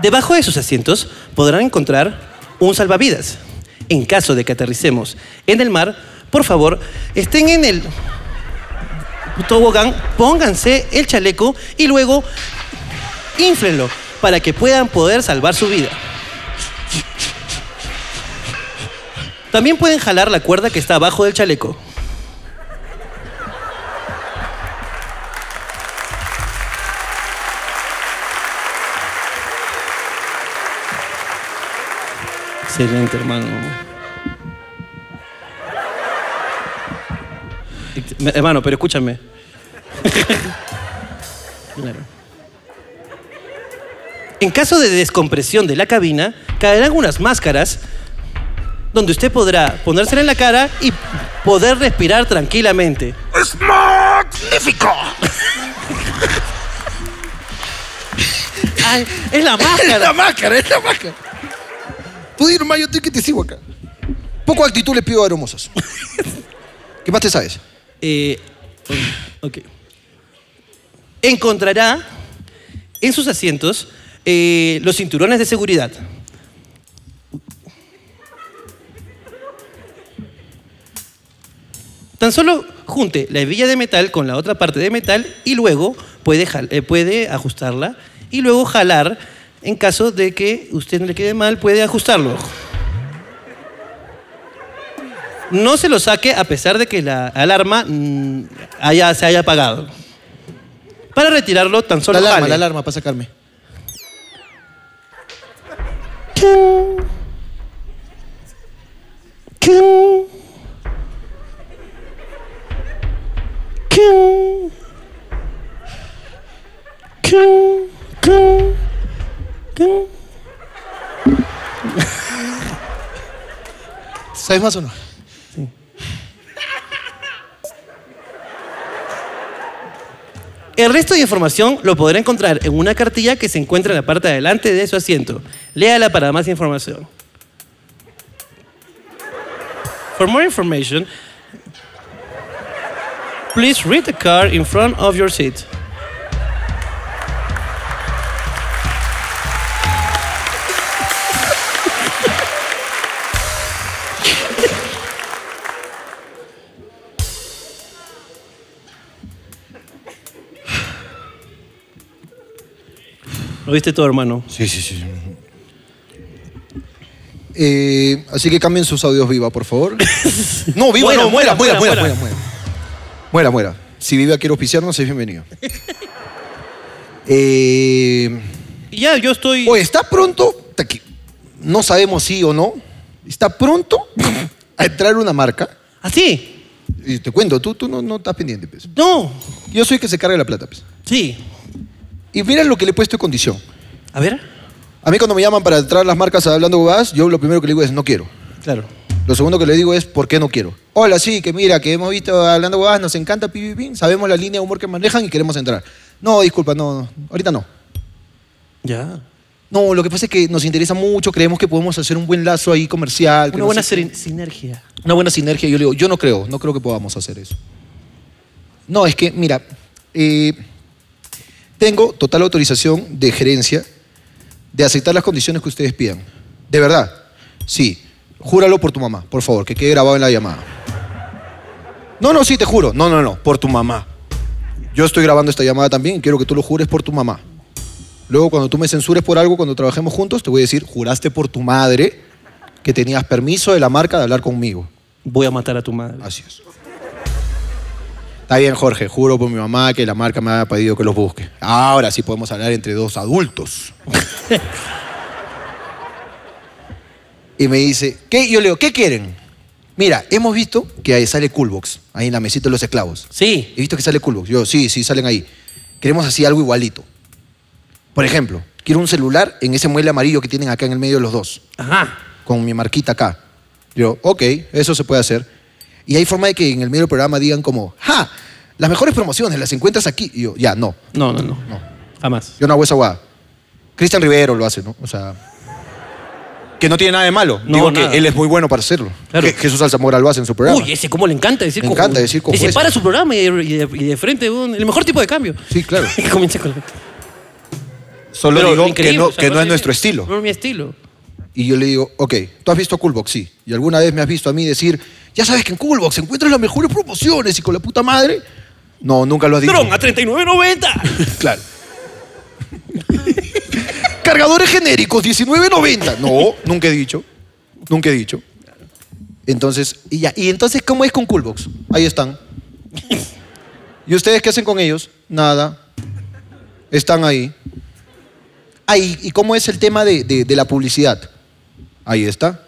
Debajo de sus asientos podrán encontrar un salvavidas. En caso de que aterricemos en el mar, por favor, estén en el tobogán, pónganse el chaleco y luego inflenlo para que puedan poder salvar su vida. También pueden jalar la cuerda que está abajo del chaleco. Excelente, hermano. Ex- me- Hermano, pero escúchame. Claro. En caso de descompresión de la cabina, caerán unas máscaras donde usted podrá ponérsela en la cara y poder respirar tranquilamente. ¡Es magnífico! Ay, es la máscara. máscara, es la máscara. Tú dime, nomás, yo estoy que te sigo acá. Poco actitud le pido a Hermosas. ¿Qué más te sabes? Eh, ok. Encontrará en sus asientos eh, los cinturones de seguridad. Tan solo junte la hebilla de metal con la otra parte de metal y luego puede, jal- eh, puede ajustarla y luego jalar en caso de que usted no le quede mal, puede ajustarlo. No se lo saque a pesar de que la alarma mm, haya, se haya apagado. Para retirarlo, tan La solo alarma, jale. la alarma para sacarme. ¡Kin! ¡Kin! ¡Kin! ¡Kin! ¡Kin! ¿Sabes más o no? El resto de información lo podrá encontrar en una cartilla que se encuentra en la parte de adelante de su asiento. Léala para más información. For more information, please read the card in front of your seat. Lo viste todo, hermano. Sí, sí, sí. Eh, así que cambien sus audios viva, por favor. No, viva, Muera, no, muera, muera, muera, muera, muera, muera, muera. Muera, muera. Si viva quiere auspiciarnos, es bienvenido. Eh, Y ya, yo estoy. oye, ¿está pronto? Ta que- No sabemos sí o no. ¿Está pronto a entrar una marca? ¿Ah, ¿Así? Y te cuento, tú, tú no, no estás pendiente, pues. no. Yo soy el que se carga la plata, pues. Sí. Y mira lo que le he puesto de condición. A ver. A mí cuando me llaman para entrar a las marcas hablando huevadas, yo lo primero que le digo es no quiero. Claro. Lo segundo que le digo es por qué no quiero. Hola, sí, que mira, que hemos visto hablando huevadas, nos encanta pi, pi, pi, sabemos la línea de humor que manejan y queremos entrar. No, disculpa, no, no, ahorita no. Ya. No, lo que pasa es que nos interesa mucho, creemos que podemos hacer un buen lazo ahí comercial. que Una no buena sé qué". seren- sinergia. Una buena sinergia. Yo le digo, yo no creo, no creo que podamos hacer eso. No, es que, mira, eh, tengo total autorización de gerencia de aceptar las condiciones que ustedes pidan. De verdad, sí. Júralo por tu mamá, por favor, que quede grabado en la llamada. No, no, sí, te juro. No, no, no, por tu mamá. Yo estoy grabando esta llamada también y quiero que tú lo jures por tu mamá. Luego, cuando tú me censures por algo, cuando trabajemos juntos, te voy a decir, juraste por tu madre que tenías permiso de la marca de hablar conmigo. Voy a matar a tu madre. Así es. Está bien, Jorge. Juro por mi mamá que la marca me ha pedido que los busque. Ahora sí podemos hablar entre dos adultos. y me dice, ¿qué? Yo le digo, ¿qué quieren? Mira, hemos visto que ahí sale Coolbox, ahí en la mesita de los esclavos. Sí. He visto que sale Coolbox. Yo, sí, sí, salen ahí. Queremos así algo igualito. Por ejemplo, quiero un celular en ese mueble amarillo que tienen acá en el medio de los dos Ajá. con mi marquita acá. Yo, ok, eso se puede hacer. Y hay forma de que en el medio del programa digan como, ¡ja! Las mejores promociones las encuentras aquí. Y yo, ya, no, No, no, no. no. Jamás. Yo no hago esa guada. Cristian Rivero lo hace, ¿no? O sea, que no tiene nada de malo. No, Digo nada. que él es muy bueno para hacerlo. Claro. Je- Jesús Alzamora lo hace en su programa. Uy, ese cómo le encanta decir Le cojo- encanta decir cojo Y se eso. para su programa y de, y de- y de frente, un- el mejor tipo de cambio. Sí, claro. Y comienza con... Solo Pero digo que increíble, no, o sea, que no es parece- nuestro estilo. No es mi estilo. Y yo le digo, ok, tú has visto Coolbox, sí. Y alguna vez me has visto a mí decir, ya sabes que en Coolbox encuentras las mejores promociones y con la puta madre. No, nunca lo has dicho. ¡Tron a 39.90! Claro. Cargadores genéricos, 19.90. No, nunca he dicho. Nunca he dicho. Entonces, y ya. ¿Y entonces cómo es con Coolbox? Ahí están. ¿Y ustedes qué hacen con ellos? Nada. Están ahí. Ah, ¿y, y cómo es el tema de, de- de la publicidad? Ahí está.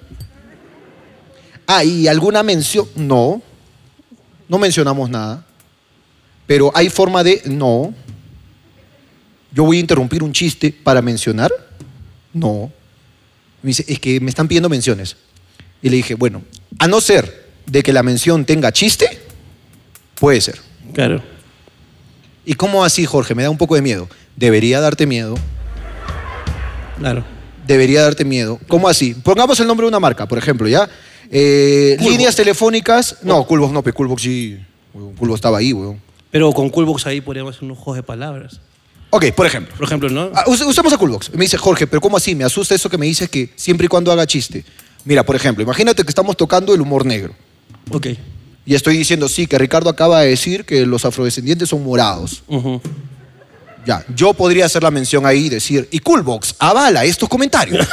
Ah, ¿y alguna mención? No. No mencionamos nada. Pero hay forma de... No. ¿Yo voy a interrumpir un chiste para mencionar? No. Me dice, es que me están pidiendo menciones. Y le dije, bueno, a no ser de que la mención tenga chiste, puede ser. Claro. ¿Y cómo así, Jorge? Me da un poco de miedo. Debería darte miedo. Claro. Debería darte miedo. ¿Cómo así? Pongamos el nombre de una marca, por ejemplo, ¿ya? Eh, Coolbox. líneas telefónicas. No, Culbox no, pues Culbox sí. weón, Culbox estaba ahí, weón. Pero con Coolbox ahí podríamos hacer unos juegos de palabras. Ok, por ejemplo. Por ejemplo, ¿no? Ah, us- usamos a Coolbox. Y Me dice, Jorge, pero ¿cómo así? Me asusta eso que me dices que siempre y cuando haga chiste. Mira, por ejemplo, imagínate que estamos tocando el humor negro. Ok. Y estoy diciendo, sí, que Ricardo acaba de decir que los afrodescendientes son morados. Ujú. Ya, yo podría hacer la mención ahí y decir, y Coolbox avala estos comentarios.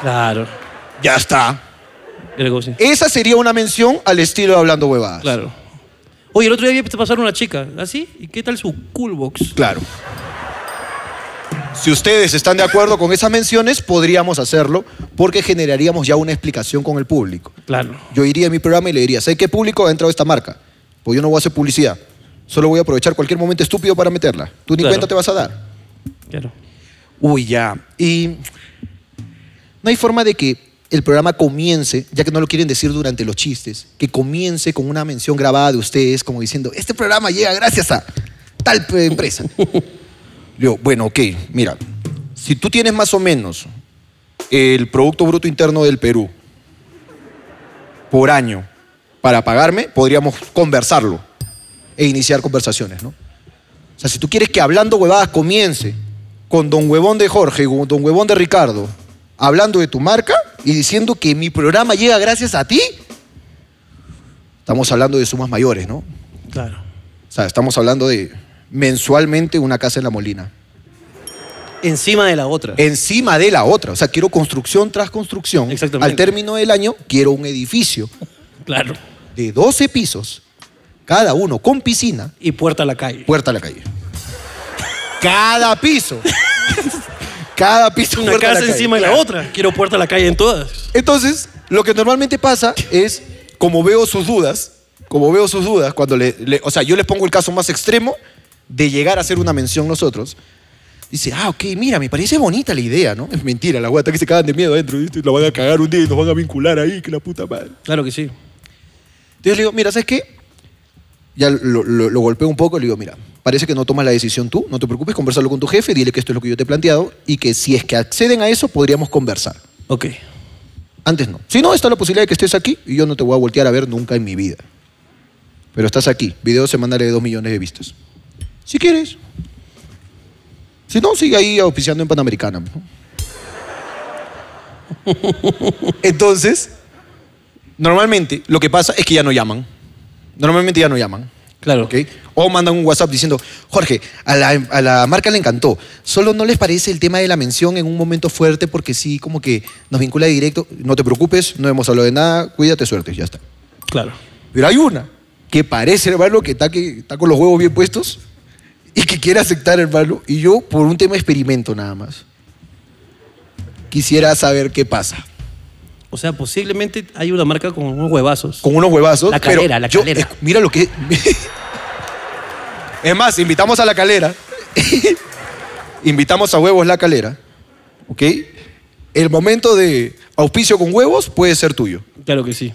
Claro. ya está. Creo que sí. Esa sería una mención al estilo de hablando huevadas. Claro. Oye, el otro día vi pasar una chica. ¿Así? ¿Y qué tal su Coolbox? Claro. Si ustedes están de acuerdo con esas menciones, podríamos hacerlo porque generaríamos ya una explicación con el público. Claro. Yo iría a mi programa y le diría, ¿sé qué público ha entrado esta marca? Pues yo no voy a hacer publicidad. Solo voy a aprovechar cualquier momento estúpido para meterla. Tú ni Claro. cuenta te vas a dar. Claro. Uy, ya. Y no hay forma de que el programa comience, ya que no lo quieren decir durante los chistes, que comience con una mención grabada de ustedes, como diciendo, este programa llega gracias a tal eh, empresa. Yo, bueno, ok, mira, si tú tienes más o menos el Producto Bruto Interno del Perú por año para pagarme, podríamos conversarlo e iniciar conversaciones, ¿no? O sea, si tú quieres que hablando huevadas comience con Don Huevón de Jorge y con Don Huevón de Ricardo, hablando de tu marca y diciendo que mi programa llega gracias a ti, estamos hablando de sumas mayores, ¿no? O Claro. sea, estamos hablando de mensualmente una casa en la Molina. encima de la otra. Eh. encima de la otra. O sea, quiero construcción tras construcción. Exactamente. Al término del año, quiero un edificio Claro. de 12 pisos, cada uno con piscina, Y puerta a la calle. puerta a la calle. Cada piso. cada piso. Una puerta a la casa calle. encima de la otra. Quiero puerta a la calle en todas. Entonces, lo que normalmente pasa es, como veo sus dudas, como veo sus dudas, cuando le, le- o sea, yo les pongo el caso más extremo de llegar a hacer una mención nosotros. Dice, ah, ok, mira, me parece bonita la idea, ¿no? Es mentira, la guata que se cagan de miedo adentro, ¿viste? La van a cagar un día y nos van a vincular ahí, que la puta madre. Claro que sí. Entonces le digo, mira, ¿sabes qué? Ya lo, lo- lo golpeo un poco y le digo, mira, parece que no tomas la decisión tú, no te preocupes, conversarlo con tu jefe, dile que esto es lo que yo te he planteado y que si es que acceden a eso, podríamos conversar. Ok. Antes no. Si no, está la posibilidad de que estés aquí y yo no te voy a voltear a ver nunca en mi vida. Pero estás aquí. Video semanal de 2 millones de vistas. Si quieres. Si no, sigue ahí auspiciando en Panamericana. ¿no? Entonces, normalmente lo que pasa es que ya no llaman. Normalmente ya no llaman. Claro. ¿ok? O mandan un WhatsApp diciendo, Jorge, a la, a la marca le encantó. Solo no les parece el tema de la mención en un momento fuerte porque sí, como que nos vincula directo. No te preocupes, no hemos hablado de nada, cuídate, suerte, ya está. Claro. Pero hay una que parece, hermano, que está, que está con los huevos bien puestos y que quiere aceptar, hermano. Y yo, por un tema experimento nada más, quisiera saber qué pasa. O sea, posiblemente hay una marca con unos huevazos. Con unos huevazos. La pero calera, la yo- calera. es- mira lo que. es más, invitamos a la calera. invitamos a huevos la calera. ¿Ok? El momento de auspicio con huevos puede ser tuyo. Claro que sí.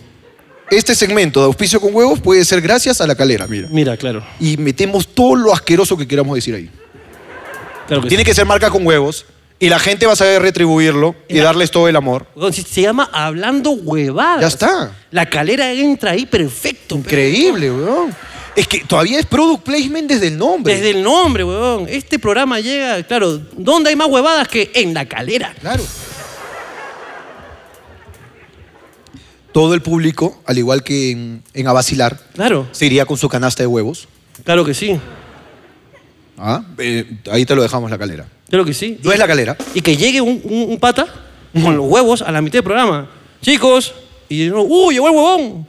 Este segmento de auspicio con huevos puede ser gracias a la calera, mira. Mira, claro. Y metemos todo lo asqueroso que queramos decir ahí. Claro que Tiene que ser marca con huevos y la gente va a saber retribuirlo y Ya. darles todo el amor. sí. Weón, si Se llama Hablando Huevadas. Ya está. La calera entra ahí perfecto. pe. Increíble, weón. Es que todavía es product placement desde el nombre. Desde el nombre, huevón. Este programa llega, claro, ¿dónde hay más huevadas que en la calera? Claro. Todo el público, al igual que en, en Abacilar, Claro, se iría con su canasta de huevos. claro que sí. Ah, eh, ahí te lo dejamos la calera. Claro que sí. No es la calera. Y que llegue un, un- un pata con los huevos a la mitad del programa. Chicos, y uno, ¡uh, llegó el huevón!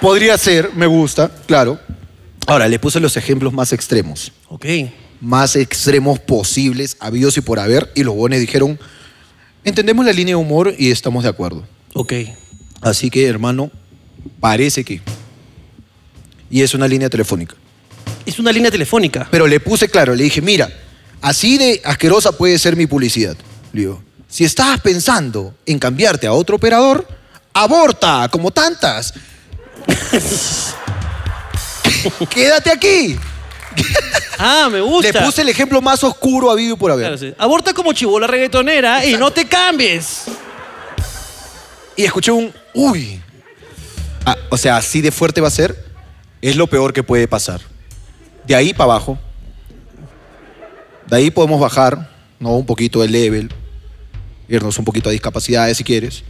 Podría ser, me gusta, claro. Ahora, le puse los ejemplos más extremos. Ok, Más extremos posibles, habidos y por haber. Y los bones dijeron, entendemos la línea de humor y estamos de acuerdo. ok. Así que, hermano, parece que. Y es una línea telefónica. Es una línea telefónica. Pero le puse claro, le dije, mira, así de asquerosa puede ser mi publicidad. Le digo, si estabas pensando en cambiarte a otro operador, aborta, como tantas. Quédate aquí. Ah, me gusta. Le puse el ejemplo más oscuro habido y por haber. Claro, sí. Aborta como chibola reggaetonera y no te cambies. Y escuché un, uy. Ah, o sea, así de fuerte va a ser, es lo peor que puede pasar. De ahí para abajo. De ahí podemos bajar, ¿no? Un poquito el level. Irnos un poquito a discapacidades si quieres.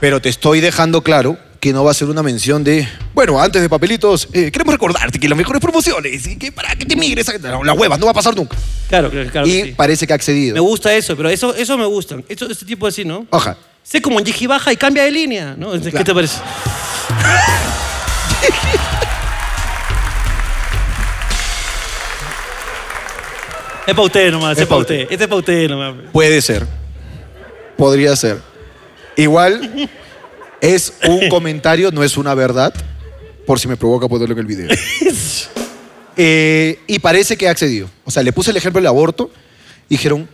Pero te estoy dejando claro que no va a ser una mención de, bueno, antes de papelitos, eh, queremos recordarte que las mejores promociones y que para que te migres, a- no, las huevas no va a pasar nunca. Claro, claro, claro. y que sí. parece que ha accedido. Me gusta eso, pero eso, eso me gusta. Eso, este tipo así, ¿no? Oja. Sé como en Yiji baja y cambia de línea, ¿no? ¿Qué te parece? es para usted nomás, es, Es pa' pa' usted. Este es para usted nomás. Puede ser. Podría ser. Igual es un comentario, no es una verdad. Por si me provoca ponerlo en el video. Eh, y parece que ha accedido. O sea, le puse el ejemplo del aborto. Dijeron,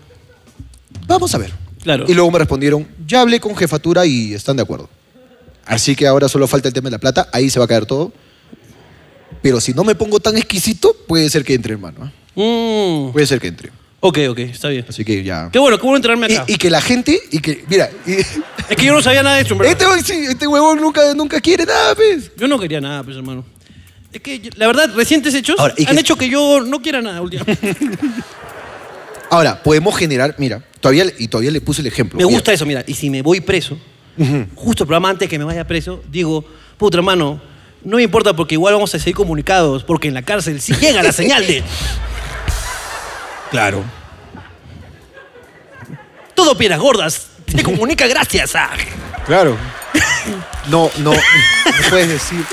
vamos a ver. Claro. Y luego me respondieron, ya hablé con jefatura y están de acuerdo. Así que ahora solo falta el tema de la plata. Ahí se va a caer todo. Pero si no me pongo tan exquisito, puede ser que entre, hermano. ¿ah? Mm. Puede ser que entre. Ok, ok, está bien. Así que ya. Qué bueno, qué bueno enterarme acá. Y, y que la gente, y que, mira, y- Es que yo no sabía nada de esto, en verdad. este, hue- sí, este huevón nunca, nunca quiere nada, pues. Yo no quería nada, pues, hermano. Es que, yo- la verdad, recientes hechos Ahora, ¿y han qué- hecho que yo no quiera nada últimamente. Ahora, podemos generar, mira, todavía, le- y todavía le puse el ejemplo. Me Mira, gusta eso, mira. Y si me voy preso, justo el programa antes que me vaya preso, digo, puta hermano, no me importa porque igual vamos a seguir comunicados, porque en la cárcel sí llega la señal de. Claro. Todo piernas gordas se comunica gracias a. Claro. No, no, no puedes decir.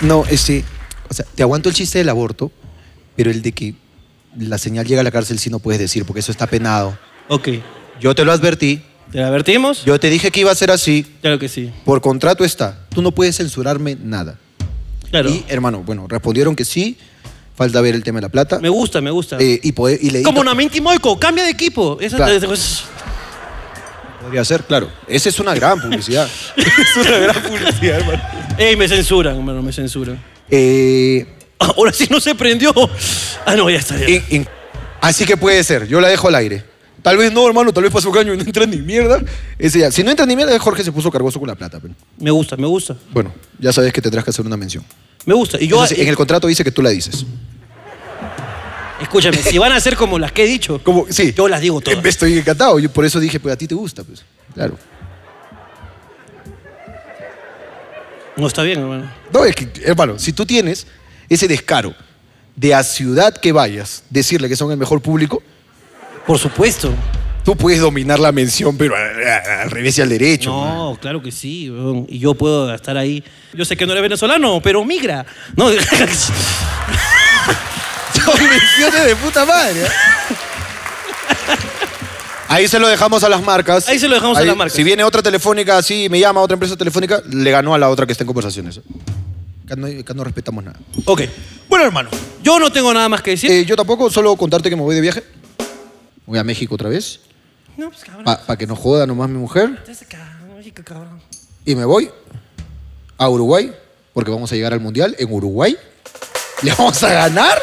No, este, o sea, te aguanto el chiste del aborto, pero el de que la señal llega a la cárcel sí no puedes decir, porque eso está penado. Ok. Yo te lo advertí, ¿Te la advertimos? yo te dije que iba a ser así, Claro que sí. por contrato está. Tú no puedes censurarme nada. Claro. Y, hermano, bueno, respondieron que sí, falta ver el tema de la plata. Me gusta, me gusta. Eh, y, poder- y leí Como Namenti Moiko, cambia de equipo. Esa Claro. es- podría ser, claro. Esa es una gran publicidad. Ey, me censuran, hermano, me censuran. eh, Ahora sí no se prendió. Ah, no, ya está. ya. In- in- así que puede ser, yo la dejo al aire. Tal vez no, hermano, tal vez pasó caño y no entra ni mierda. Ese ya. Si no entra ni mierda, Jorge se puso cargoso con la plata. pero- Me gusta, me gusta. bueno, ya sabes que tendrás que hacer una mención. Me gusta. Y yo, Entonces, en el contrato dice que tú la dices. escúchame, si van a ser como las que he dicho, Como, sí. Eh, yo las digo todas. Estoy encantado, yo por eso dije, pues a ti te gusta, pues. Claro. No está bien, hermano. No, es que, hermano, si tú tienes ese descaro de a ciudad que vayas decirle que son el mejor público, Por supuesto. tú puedes dominar la mención, pero al, al revés y al derecho. man. No, claro que sí. weón. Y yo puedo estar ahí. Yo sé que no eres venezolano, pero migra. No, Son menciones de puta madre. ¿eh? Ahí se lo dejamos a las marcas. Ahí se lo dejamos a las marcas. Si viene otra telefónica así y me llama otra empresa telefónica, le ganó a la otra que está en conversaciones. ¿eh? Acá no, acá no respetamos nada. ok. Bueno, hermano. Yo no tengo nada más que decir. Eh, yo tampoco, solo contarte que me voy de viaje. Voy a México otra vez. no, pues cabrón. Para que no joda nomás mi mujer. Estás acá, oye, qué ah, cabrón. Y me voy a Uruguay, porque vamos a llegar al Mundial en Uruguay. Le vamos a ganar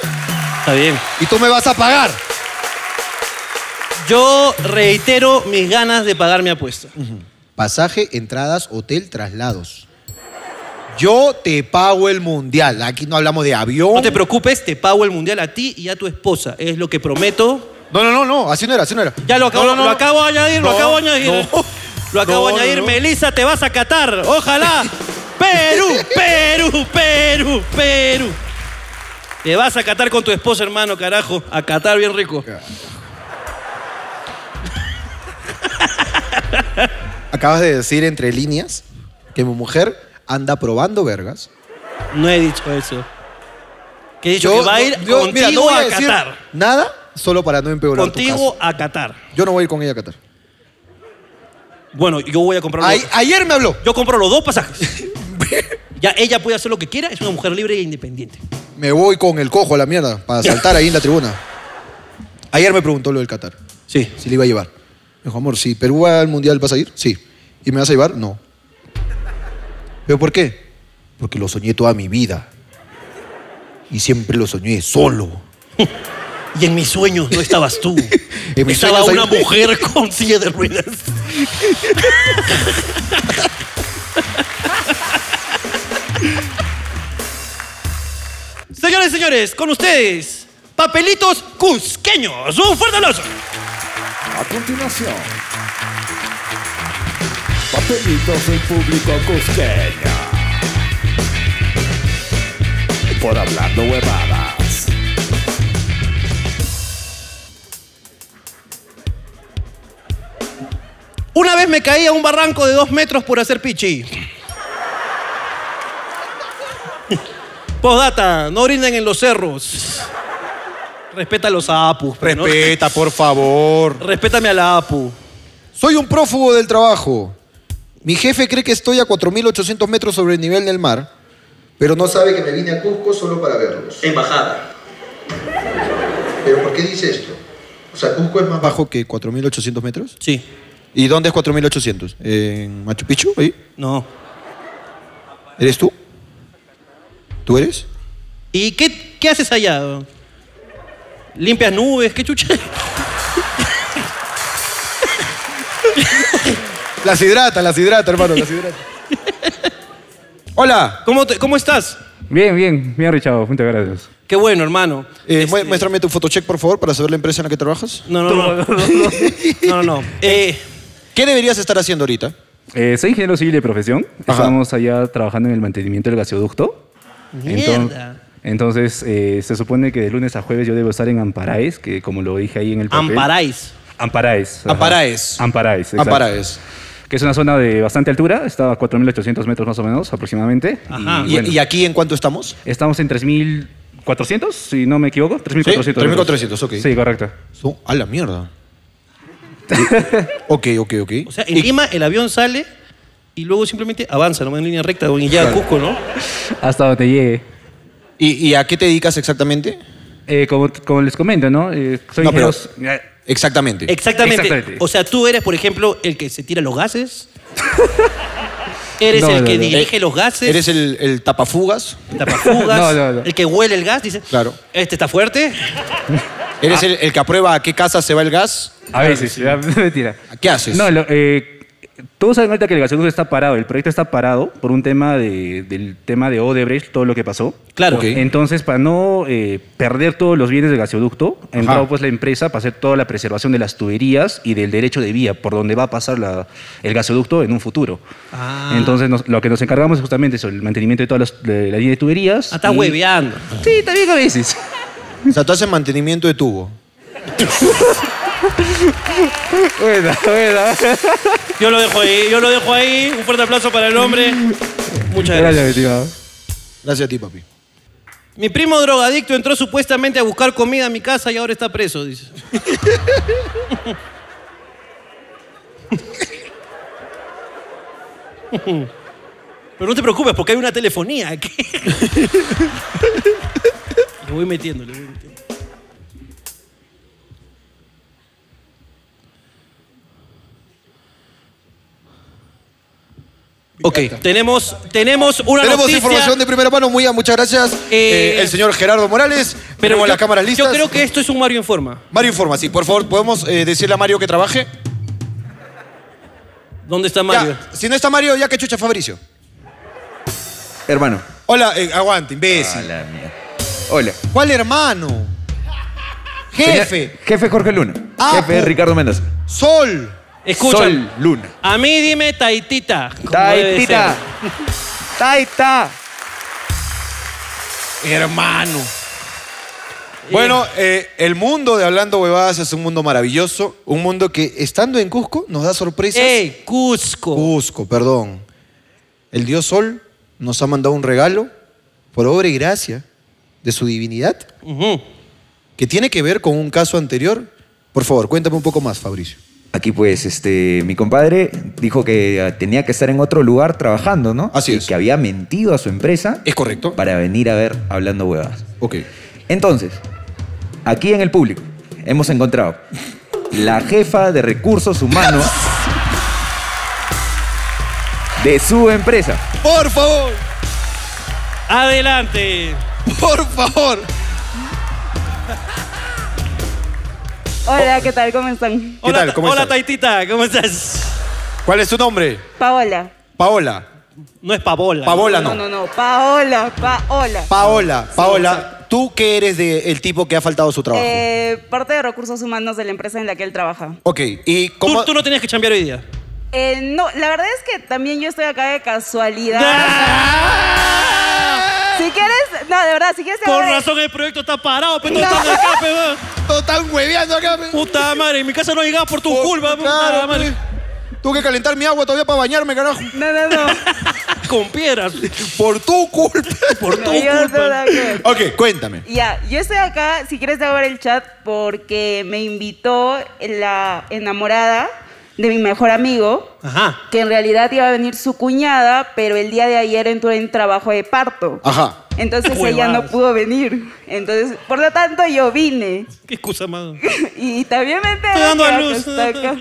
Está bien. y tú me vas a pagar. Yo reitero mis ganas de pagar mi apuesta. Pasaje, entradas, hotel, traslados. Yo te pago el mundial. Aquí no hablamos de avión. No te preocupes, te pago el mundial a ti y a tu esposa. Es lo que prometo. no, no, no, no, así no era, así no era. Ya lo acabo, No, no, no. lo acabo de añadir, lo No, acabo de añadir. no. Lo acabo No, de añadir. no, no. Melissa, te vas a Qatar. Ojalá. Perú, Perú, Perú, Perú. Te vas a Qatar con tu esposa, hermano, carajo. A Qatar bien rico. Acabas de decir entre líneas que mi mujer anda probando vergas. No he dicho eso. Que he dicho que va a ir yo- contigo mira, no voy a, decir Qatar. Nada, solo para no empeorar tu Contigo caso. a Qatar. Yo no voy a ir con ella a Qatar. Bueno, yo voy a comprar. los- Ay- ayer me habló. Yo compro los dos pasajes. ya ella puede hacer lo que quiera, es una mujer libre e independiente. Me voy con el cojo a la mierda para saltar ahí en la tribuna. Ayer me preguntó lo del Qatar. Sí. si le iba a llevar. Me dijo, amor, si Perú va al mundial, ¿vas a ir? Sí. ¿Y me vas a llevar? No. ¿Pero por qué? Porque lo soñé toda mi vida. Y siempre lo soñé solo. Y en mis sueños no estabas tú. En mis Estaba sueños una hay- mujer con silla de ruedas. Señores, señores, con ustedes, papelitos cusqueños. Un fuerte aplauso. A continuación, papelitos del público cusqueño. Por hablando huevadas. Una vez me caí a un barranco de dos metros por hacer pichi. Postdata, no brinden en los cerros. Respeta a los apus. pues, ¿no? por favor. Respétame a la apu. Soy un prófugo del trabajo. Mi jefe cree que estoy a 4.800 metros sobre el nivel del mar, pero no No sabe... sabe que me vine a Cusco solo para verlos. Embajada. Pero ¿por qué dice esto? O sea, Cusco es más bajo. ¿Bajo que 4.800 metros? Sí. ¿Y dónde es 4.800? ¿En Machu Picchu? ¿Ahí? No. ¿Eres tú? ¿Tú eres? ¿Y qué, qué haces allá? ¿Limpias nubes? ¿Qué chucha? Las hidrata, las hidrata, hermano, las hidrata. Hola. ¿Cómo, te- cómo estás? Bien, bien, bien, Richard, muchas gracias. Qué bueno, hermano. Eh, Este- mu- Muéstrame tu photocheck, por favor, para saber la empresa en la que trabajas. No, no, no. No, no, no. Eh, ¿Qué deberías estar haciendo ahorita? Ah, Eh, soy ingeniero civil de profesión. Ajá. Estamos allá trabajando en el mantenimiento del gasoducto. Entonces- mierda. Entonces, eh, se supone que de lunes a jueves yo debo estar en Amparáis, que como lo dije ahí en el papel... Amparáis. Amparáis. ajá. Amparáis. Amparáis, exacto. Amparáis. Que es una zona de bastante altura, está a 4.800 metros más o menos, aproximadamente. Ajá. ¿Y, bueno, y aquí en cuánto estamos? estamos en 3.400, si no me equivoco. 3.400. Sí, 3.400, ok. Sí, correcto. Son- a la mierda. ok, ok, ok. O sea, en Lima el avión sale y luego simplemente avanza, no en línea recta, y ya a Cusco, ¿no? Hasta donde llegue. ¿Y, y a qué te dedicas exactamente? Eh, como, como les comento, ¿no? Eh, soy No, pero- ingeniero- Exactamente. Exactamente. Exactamente. O sea, tú eres, por ejemplo, el que se tira los gases. Eres No, el no, que no. dirige los gases, ¿Eres el, el tapafugas? tapafugas, No, no, no. el que huele el gas, dice. Claro. Este está fuerte. Ah. ¿Eres el, el que aprueba a qué casa se va el gas? A veces, ya, mentira. ¿Qué haces? No, lo- eh, todos saben ahorita que el gasoducto está parado, el proyecto está parado por un tema de- del tema de Odebrecht, todo lo que pasó. Claro. Ok. Entonces, para no eh, perder todos los bienes del gasoducto, ha entrado Ajá. pues la empresa para hacer toda la preservación de las tuberías y del derecho de vía, por donde va a pasar la- el gasoducto en un futuro. Ah. Entonces, nos- lo que nos encargamos es justamente eso, el mantenimiento de todas las de la línea de tuberías. Ah, está y- hueveando. Sí, también a veces. O sea, tú haces mantenimiento de tubo. Buena, buena. Yo lo dejo ahí, yo lo dejo ahí. Un fuerte aplauso para el hombre. Muchas Gracias, gracias. mi estimado. Gracias a ti, papi. Mi primo drogadicto entró supuestamente a buscar comida a mi casa y ahora está preso, dice. Pero no te preocupes porque hay una telefonía aquí. le voy metiendo, le voy metiendo. Ok, tenemos, tenemos una Tenemos noticia. información de primera mano. Muy a- muchas gracias, Eh, eh, el señor Gerardo Morales. Pero yo- las cámaras listas. Yo creo que esto es un Mario en forma. Mario informa, sí. Por favor, ¿podemos eh, decirle a Mario que trabaje? ¿Dónde está Ya, Mario? si no está Mario, ya que chucha Fabricio. Hermano. Hola, eh, aguante, imbécil. Hola, mía. Hola. ¿Cuál hermano? Jefe, Señor- Jefe Jorge Luna. Ah, Jefe pu- Ricardo Mendoza. Sol. Escucha. Sol Luna. A mí dime Taitita. como debe Taitita. ser. Taita. Hermano. Bueno, eh, el mundo de Hablando Huevadas es un mundo maravilloso. Un mundo que, estando en Cusco, nos da sorpresas. Ey, Cusco. Cusco, perdón. El dios Sol nos ha mandado un regalo por obra y gracia de su divinidad Ujú. que tiene que ver con un caso anterior. Por favor, cuéntame un poco más, Fabricio. Aquí pues, este, mi compadre dijo que ah, tenía que estar en otro lugar trabajando, ¿no? Así Y es. que había mentido a su empresa ¿Es correcto? para venir a ver hablando huevas. Ok. Entonces, aquí en el público hemos encontrado la jefa de recursos humanos de su empresa. Por favor, Adelante. por favor. Hola, ¿qué tal? ¿Cómo están? ¿Qué hola, tal? ¿Cómo hola estás? Taitita, ¿cómo estás? ¿Cuál es tu nombre? Paola. Paola. No es Pabola. Paola No, no. no, no. Paola, Paola. Paola, Paola, ¿tú qué eres del tipo que ha faltado a su trabajo? Eh, parte de recursos humanos de la empresa en la que él trabaja. ok, ¿y Tú, cómo? tú no tenías que chambear hoy día. Eh, no, la verdad es que también yo estoy acá de casualidad. ¡Ah! Si quieres, no, de verdad, si quieres. te Con voy a- razón el proyecto está parado, pero todos están acá, pe, weón. Todos están hueveando acá. pe. Puta madre, en mi casa no llegaba por tu Por- culpa, pe, claro, puta madre. pe. Tuve que calentar mi agua todavía para bañarme, carajo. No, no, no. Con piedras. Por tu culpa. Por No, yo no tengo nada que ver. Ok, cuéntame. Ya, yo estoy acá, si quieres te voy a ver el chat, porque me invitó la enamorada de mi mejor amigo. Ajá. que en realidad iba a venir su cuñada, pero el día de ayer entró en trabajo de parto. Ajá. Entonces ella Huevadas. no pudo venir. Entonces, por lo tanto, yo vine. Qué excusa, madre. Y también me enteré Estoy dando que a acá luz. está acá.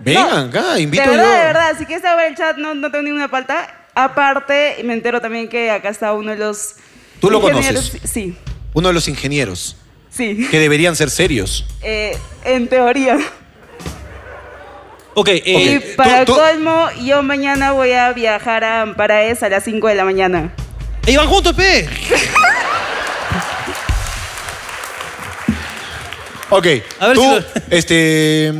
Vengan No, acá, invito de verdad, yo. De verdad, si quieres saber el chat, no, no tengo ninguna falta. Aparte, me entero también que acá está uno de los... ¿Tú lo ingenieros- conoces? Sí, Uno de los ingenieros sí. que deberían ser serios. Eh, en teoría. Ok, eh, Y tú- para tú- colmo, yo mañana voy a viajar a Amparaes a las 5 de la mañana. ¡Ey, van juntos, pe! Ok, A ver tú, si lo- este,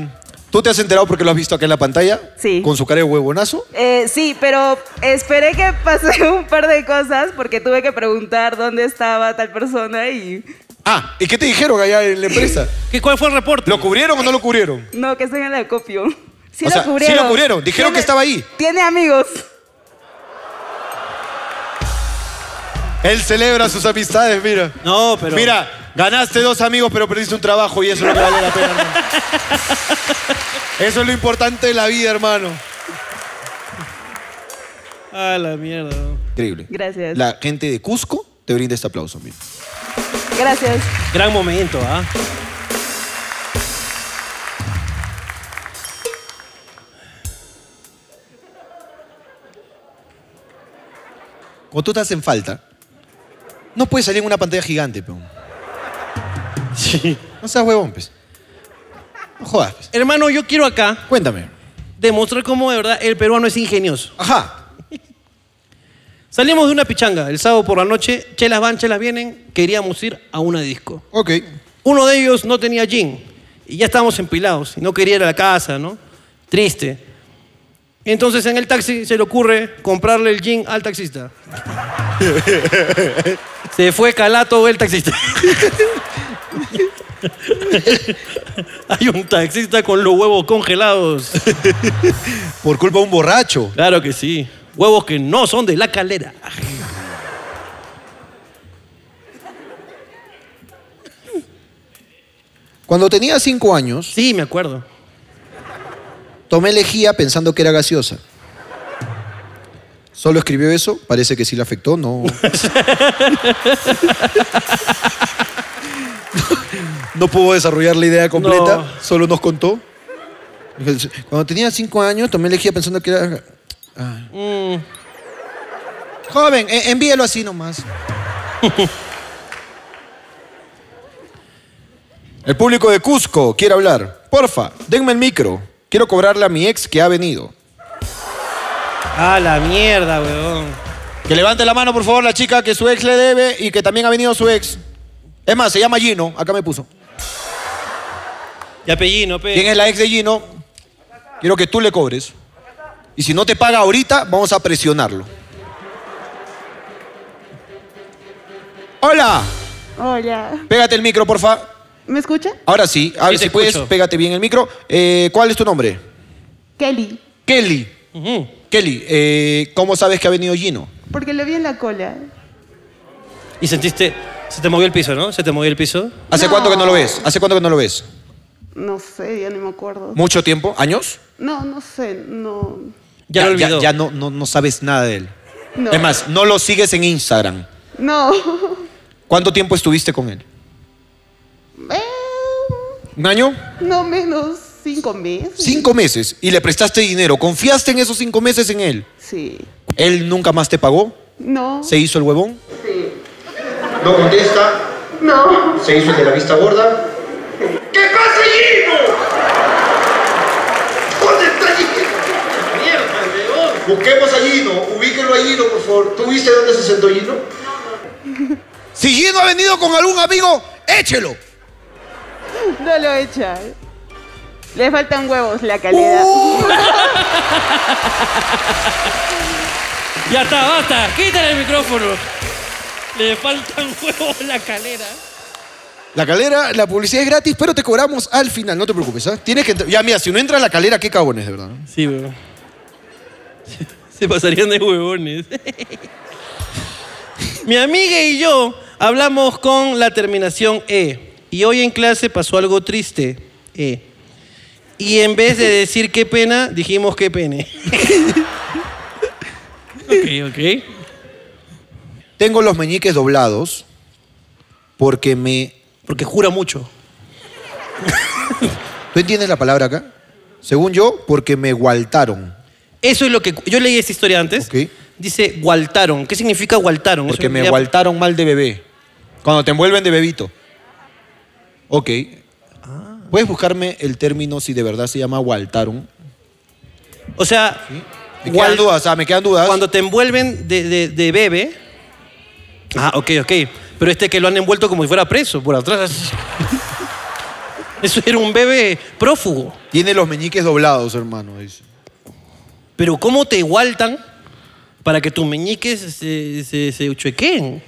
¿Tú te has enterado porque lo has visto acá en la pantalla? Sí. Con su cara de huevonazo. Eh, sí, pero esperé que pasé un par de cosas porque tuve que preguntar dónde estaba tal persona y Ah, ¿y qué te dijeron allá en la empresa? ¿Qué, ¿Cuál fue el reporte? ¿Lo cubrieron o no lo cubrieron? no, que está en el acopio. Sí O lo sea, sí cubrieron. lo cubrieron. Dijeron que Tiene- estaba ahí. Tiene amigos. Él celebra sus amistades, mira. No, pero. Mira, ganaste dos amigos, pero perdiste un trabajo y eso es lo que vale la pena, hermano. Eso es lo importante de la vida, hermano. A la mierda. Increíble. Gracias. La gente de Cusco te brinda este aplauso, mira. Gracias. Gran momento, ¿ah? Cuando tú estás en falta, no puedes salir en una pantalla gigante, peón. No seas huevón, pues. No jodas, pues. Hermano, yo quiero acá Cuéntame. demostrar cómo de verdad el peruano es ingenioso. Ajá. Salimos de una pichanga el sábado por la noche, chelas van, chelas vienen, queríamos ir a una disco. Ok. Uno de ellos no tenía jean y ya estábamos empilados y no quería ir a la casa, ¿no? Triste. Entonces en el taxi se le ocurre comprarle el jean al taxista. se fue calato el taxista. Hay un taxista con los huevos congelados. Por culpa de un borracho. Claro que sí. Huevos que no son de la calera. Cuando tenía cinco años, Sí, me acuerdo. tomé lejía pensando que era gaseosa. Solo escribió eso, parece que sí le afectó, no. no pudo desarrollar la idea completa, No. solo nos contó. Cuando tenía cinco años, tomé lejía pensando que era. Ay. Joven, e- envíelo así nomás. El público de Cusco quiere hablar. Porfa, denme el micro. Quiero cobrarle a mi ex que ha venido. A la mierda, weón. Que levante la mano, por favor, la chica que su ex le debe y que también ha venido su ex. Es más, se llama Gino. Acá me puso. Ya pellino, pe. ¿Quién es la ex de Gino? Quiero que tú le cobres. Y si no te paga ahorita, vamos a presionarlo. Hola, Hola. pégate el micro, porfa. Oh, ¿Me escucha? Ahora sí, ahora Sí, te si puedes, escucho. pégate bien el micro. Eh, ¿Cuál es tu nombre? Kelly. Kelly. Ujú. Kelly, eh, ¿cómo sabes que ha venido Gino? Porque lo vi en la cola. Y sentiste. Se te movió el piso, ¿no? Se te movió el piso. ¿Hace No. cuánto que no lo ves? ¿Hace cuánto que no lo ves? No sé, ya ni me acuerdo. ¿Mucho tiempo? ¿Años? No, no sé, no. Ya, lo olvidó. Ya, no, no, no sabes nada de él. No. Es más, no lo sigues en Instagram. No. ¿Cuánto tiempo estuviste con él? Eh, ¿Un año? no menos cinco meses. Cinco meses. Y le prestaste dinero. ¿Confiaste en esos cinco meses en él? Sí. ¿Él nunca más te pagó? No. ¿Se hizo el huevón? No contesta. No. Se hizo el de la vista gorda. ¿Qué pasa, Gino? ¿Dónde está Gino? Mierda, weón. Busquemos a Gino. Ubíquenlo a Gino, por favor. ¿Tú viste dónde se sentó Gino? Si Gino ha venido con algún amigo, échelo. No lo echa. Le faltan huevos, la calidad. ¡Uh! Ya está, basta. Quítale el micrófono. Le faltan huevos en la calera. La calera, la publicidad es gratis, pero te cobramos al final. No te preocupes, ¿ah? Tienes que... entr- Ya, mira, si no entra a la calera, qué cabones, de verdad. ¿eh? Sí, weón. Se pasarían de huevones. Mi amiga y yo hablamos con la terminación E. Y hoy en clase pasó algo triste. E. Y en vez de decir qué pena, dijimos qué pene. ok, ok. Tengo los meñiques doblados porque me... Porque jura mucho. ¿Tú entiendes la palabra acá? Según yo, porque me gualtaron. Eso es lo que. Yo leí esta historia antes. Ok. Dice gualtaron. ¿Qué significa gualtaron? Eso Porque me ya- gualtaron mal de bebé. Cuando te envuelven de bebito. Ok. Ah. ¿Puedes buscarme el término si de verdad se llama gualtaron? O sea, Me gual- quedan dudas, ah, me quedan dudas. cuando te envuelven de, de- de bebé. Ah, ok, ok. Pero este que lo han envuelto como si fuera preso, por atrás. Eso era un bebé prófugo. Tiene los meñiques doblados, hermano. dice. Pero ¿cómo te igualtan para que tus meñiques se, se, se chuequeen?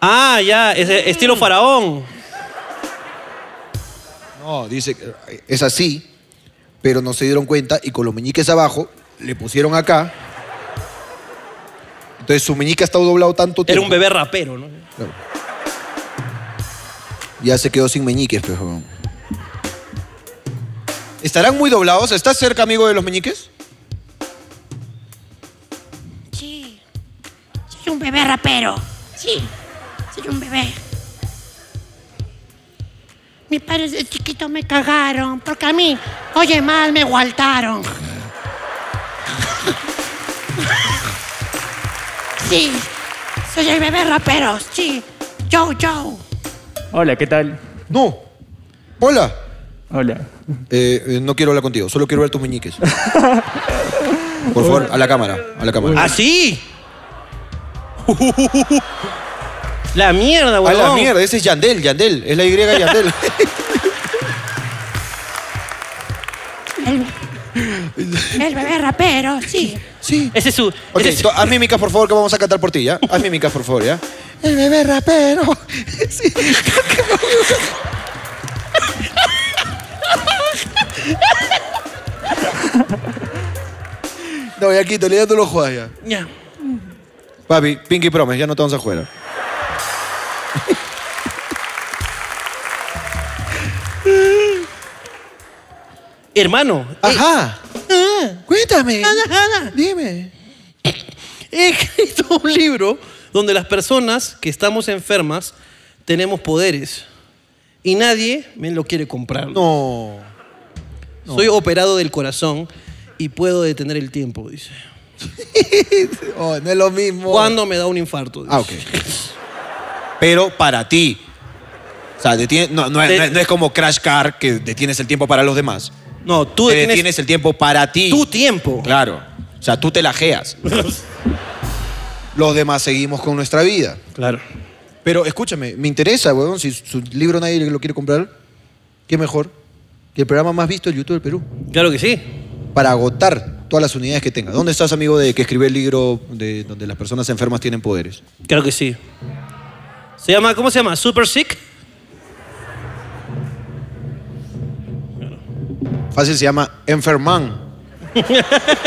Ah, ya, ese estilo faraón. No, dice que eh, es así, pero no se dieron cuenta y con los meñiques abajo le pusieron acá. Entonces su meñique ha estado doblado tanto tiempo. Era un bebé rapero, ¿no? Ya se quedó sin meñiques, pues. huevón. ¿Estarán muy doblados? ¿Estás cerca, amigo, de los meñiques? Sí. Soy un bebé rapero. Sí. Soy un bebé. Mis padres de chiquito me cagaron porque a mí, oye mal, me gualtaron. Sí. Soy el bebé rapero. Sí. Yo, yo. Hola, ¿qué tal? No. Hola. Hola. Eh, eh, no quiero hablar contigo, solo quiero ver tus meñiques. Por favor, a la cámara, a la cámara. Ah, ¡Así! La mierda, A Ah, huevón. Ah, la mierda, ese es Yandel, Yandel, es la Y Yandel. El, el bebé rapero. Sí. sí. Ese es su. Ok, ese es su- to- haz mímicas, por favor, que vamos a cantar por ti, ¿ya? Haz mímicas, por favor, ¿ya? El bebé rapero. Sí. No, ya quítale, ya tú lo juegas ya. Ya. Papi, Pinky Promise, ya no te vamos a jugar. Hermano. Ajá. eh, Cuéntame. Dime. He escrito un libro donde las personas que estamos enfermas tenemos poderes y nadie me lo quiere comprar. No. Soy operado del corazón y puedo detener el tiempo, dice. Oh, no es lo mismo. ¿Cuándo me da un infarto? dice. Ah, ok. Pero para ti. O sea, detiene- no, no es- Te- no es- no es como Crash Car que detienes el tiempo para los demás. No, tú Tú detienes, detienes el tiempo para ti. tu tiempo. Claro. O sea, tú te lajeas. los demás seguimos con nuestra vida. Claro. Pero escúchame, me interesa, weón. Si su libro nadie lo quiere comprar, qué mejor que el programa más visto del YouTube del Perú. Claro que sí. Para agotar todas las unidades que tenga. ¿Dónde estás, amigo, de que escribe el libro de donde las personas enfermas tienen poderes? Claro que sí. Se llama, ¿cómo se llama? Super Sick. Fácil se llama Enferman.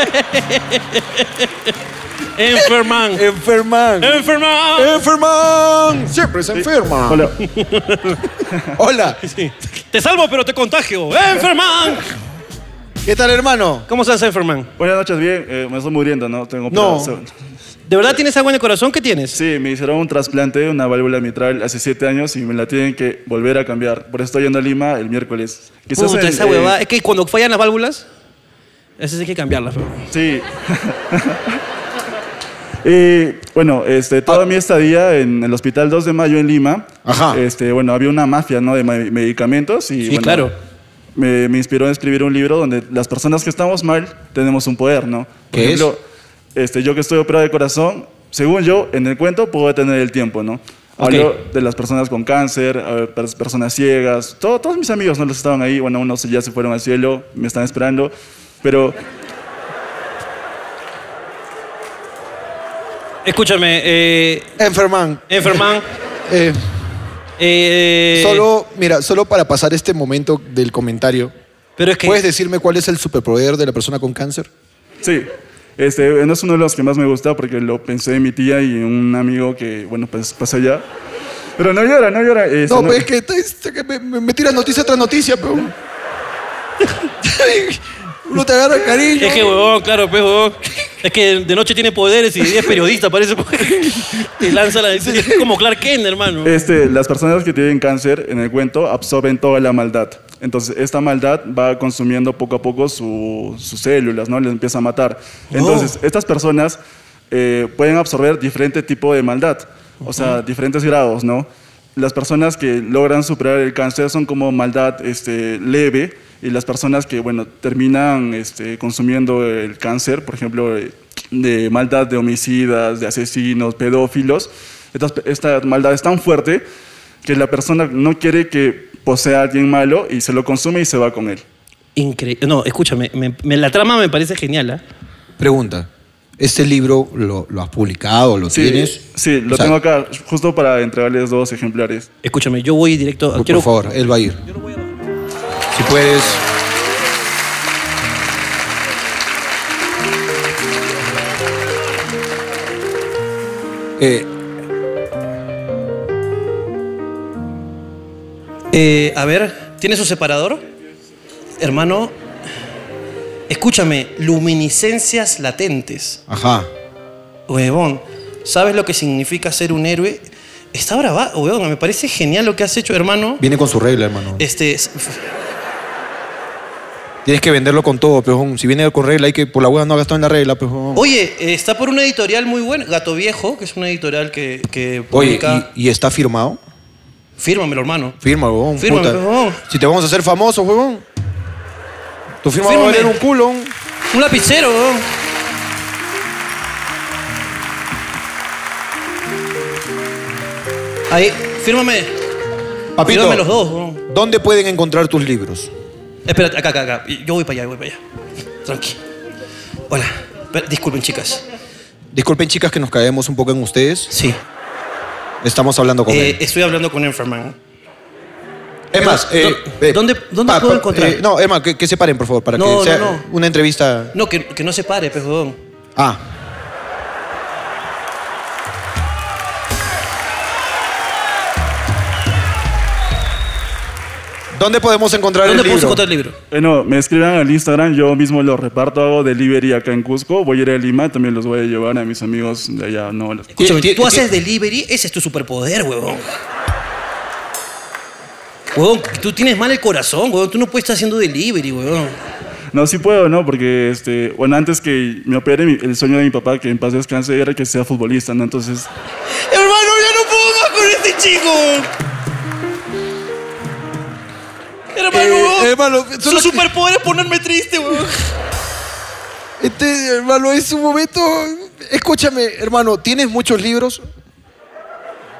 Enferman. Enferman. Enferman. Enferman. Siempre se enferma. Hola. Hola. Sí. Te salvo, pero te contagio. Enferman. ¿Qué tal, hermano? ¿Cómo estás, Enferman? Buenas noches, bien. eh, me estoy muriendo, ¿no? Tengo No. operación. ¿De verdad tienes agua en el corazón? ¿Qué tienes? Sí, me hicieron un trasplante, una válvula mitral hace siete años y me la tienen que volver a cambiar. Por eso estoy yendo a Lima el miércoles. Quizás Puta, en, esa eh, huevada. Es que cuando fallan las válvulas, esas hay que cambiarlas. pero- Sí. Y, bueno, este, toda mi estadía en el hospital 2 de mayo en Lima, Ajá. Este, bueno, había una mafia ¿no? de ma- medicamentos y Sí, bueno, claro. me, me inspiró a escribir un libro donde las personas que estamos mal tenemos un poder, ¿no? Por ¿Qué ejemplo, este, yo que estoy operado de corazón, según yo, en el cuento puedo detener el tiempo, ¿no? Ok. Hablo de las personas con cáncer, a ver, pers- personas ciegas, todo- todos mis amigos no los estaban ahí, bueno, unos ya se fueron al cielo, me están esperando, pero Escúchame, eh, Enferman. Enferman. Eh, eh, Solo, mira, solo para pasar este momento del comentario, Pero es que. ¿puedes decirme cuál es el superpoder de la persona con cáncer? Sí. Este, no es uno de los que más me gusta porque lo pensé en mi tía y en un amigo que, bueno, pues pasó allá. Pero no llora, no llora. este, No, no- pues es que, es que me, me- me tiras noticia tras noticia, pero. Uno te agarra cariño. Es que, huevón, claro, pues, huevón. Es que de noche tiene poderes y de día es periodista, parece. Te lanza la. Es como Clark Kent, hermano. Este, las personas que tienen cáncer en el cuento absorben toda la maldad. Entonces, esta maldad va consumiendo poco a poco su- sus células, ¿no? Les empieza a matar. Entonces, estas personas eh, pueden absorber diferente tipo de maldad, o sea, diferentes grados, ¿no? Las personas que logran superar el cáncer son como maldad este, leve y las personas que, bueno, terminan este, consumiendo el cáncer, por ejemplo, eh, de maldad de homicidas, de asesinos, pedófilos, estas- esta, maldad es tan fuerte que la persona no quiere que posee a alguien malo y se lo consume y se va con él. Increíble. No, escúchame, me- me- la trama me parece genial. ¿ah? Pregunta. ¿Este libro lo, lo has publicado? ¿Lo Sí, tienes? sí, lo O sea, tengo acá, justo para entregarles dos ejemplares. Escúchame, yo voy directo. Por, quiero- favor, él va a ir. Si puedes. Eh, Eh, a ver, ¿tiene su separador? Hermano, escúchame, luminiscencias latentes. ajá. Huevón, ¿sabes lo que significa ser un héroe? Está brava, huevón, me parece genial lo que has hecho, hermano. Viene con su regla, hermano. Este, s- Eh, Tienes que venderlo con todo, pejón. Si viene con regla, hay que por la hueá no ha gastado en la regla, pejón. oye, eh, está por una editorial muy buena, Gato Viejo, que es una editorial que, que Oye, publica... ¿y, y está firmado? Fírmamelo, hermano. Firma, huevón. Fírmame, puta. huevón. Si te vamos a hacer famosos, huevón. Tu firma va a Fírmame. valer un culo. un- Un lapicero, huevón. Ahí, fírmame. Papito, Fírmame los dos, huevón. ¿dónde pueden encontrar tus libros? Espérate, acá, acá, acá. Yo voy para allá, voy para allá. Tranqui. Hola. Espera, Disculpen, chicas. Disculpen, chicas, que nos caemos un poco en ustedes. Sí. Estamos hablando con Eh, él. estoy hablando con Enferman. Es más, ¿dó- eh, eh, dónde- dónde puedo encontrar? eh, no, es más, que, que se paren, por favor, para No, que no, sea no. una entrevista. No, que, que no se pare, pues, pejodón. Ah, ¿dónde podemos encontrar ¿Dónde el libro? podemos encontrar el libro? Bueno, me escriban al Instagram, yo mismo lo reparto, hago delivery acá en Cusco, voy a ir a Lima, también los voy a llevar a mis amigos de allá, no, los- Escúchame, Ti- ti- tú ti- haces delivery, ese es tu superpoder, huevón. Huevón, tú tienes mal el corazón, huevón. Tú no puedes estar haciendo delivery, huevón. No, sí puedo, ¿no? Porque, este, bueno, antes que me opere, mi- el sueño de mi papá, que en paz descanse, era que sea futbolista, ¿no? Entonces, Hermano, ya no puedo más con este chico. Hermano, Eh, huevón. hermano, su solo- superpoder es ponerme triste, huevón. Este, hermano, es un momento. Escúchame, hermano, ¿tienes muchos libros?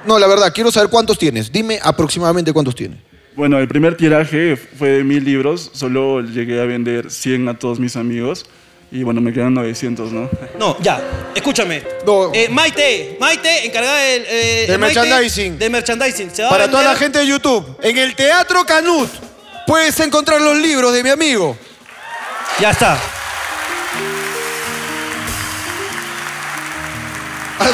No, la verdad, quiero saber cuántos tienes. Dime aproximadamente cuántos tienes. bueno, el primer tiraje fue de mil libros, solo llegué a vender 100 a todos mis amigos, y bueno, me quedan 900, ¿no? No, ya, escúchame. No. Eh, Maite, Maite, encargada del. eh, Del Maite, merchandising. Del merchandising. Se va a Para vender- toda la gente de YouTube, en el Teatro Canut puedes encontrar los libros de mi amigo. Ya está.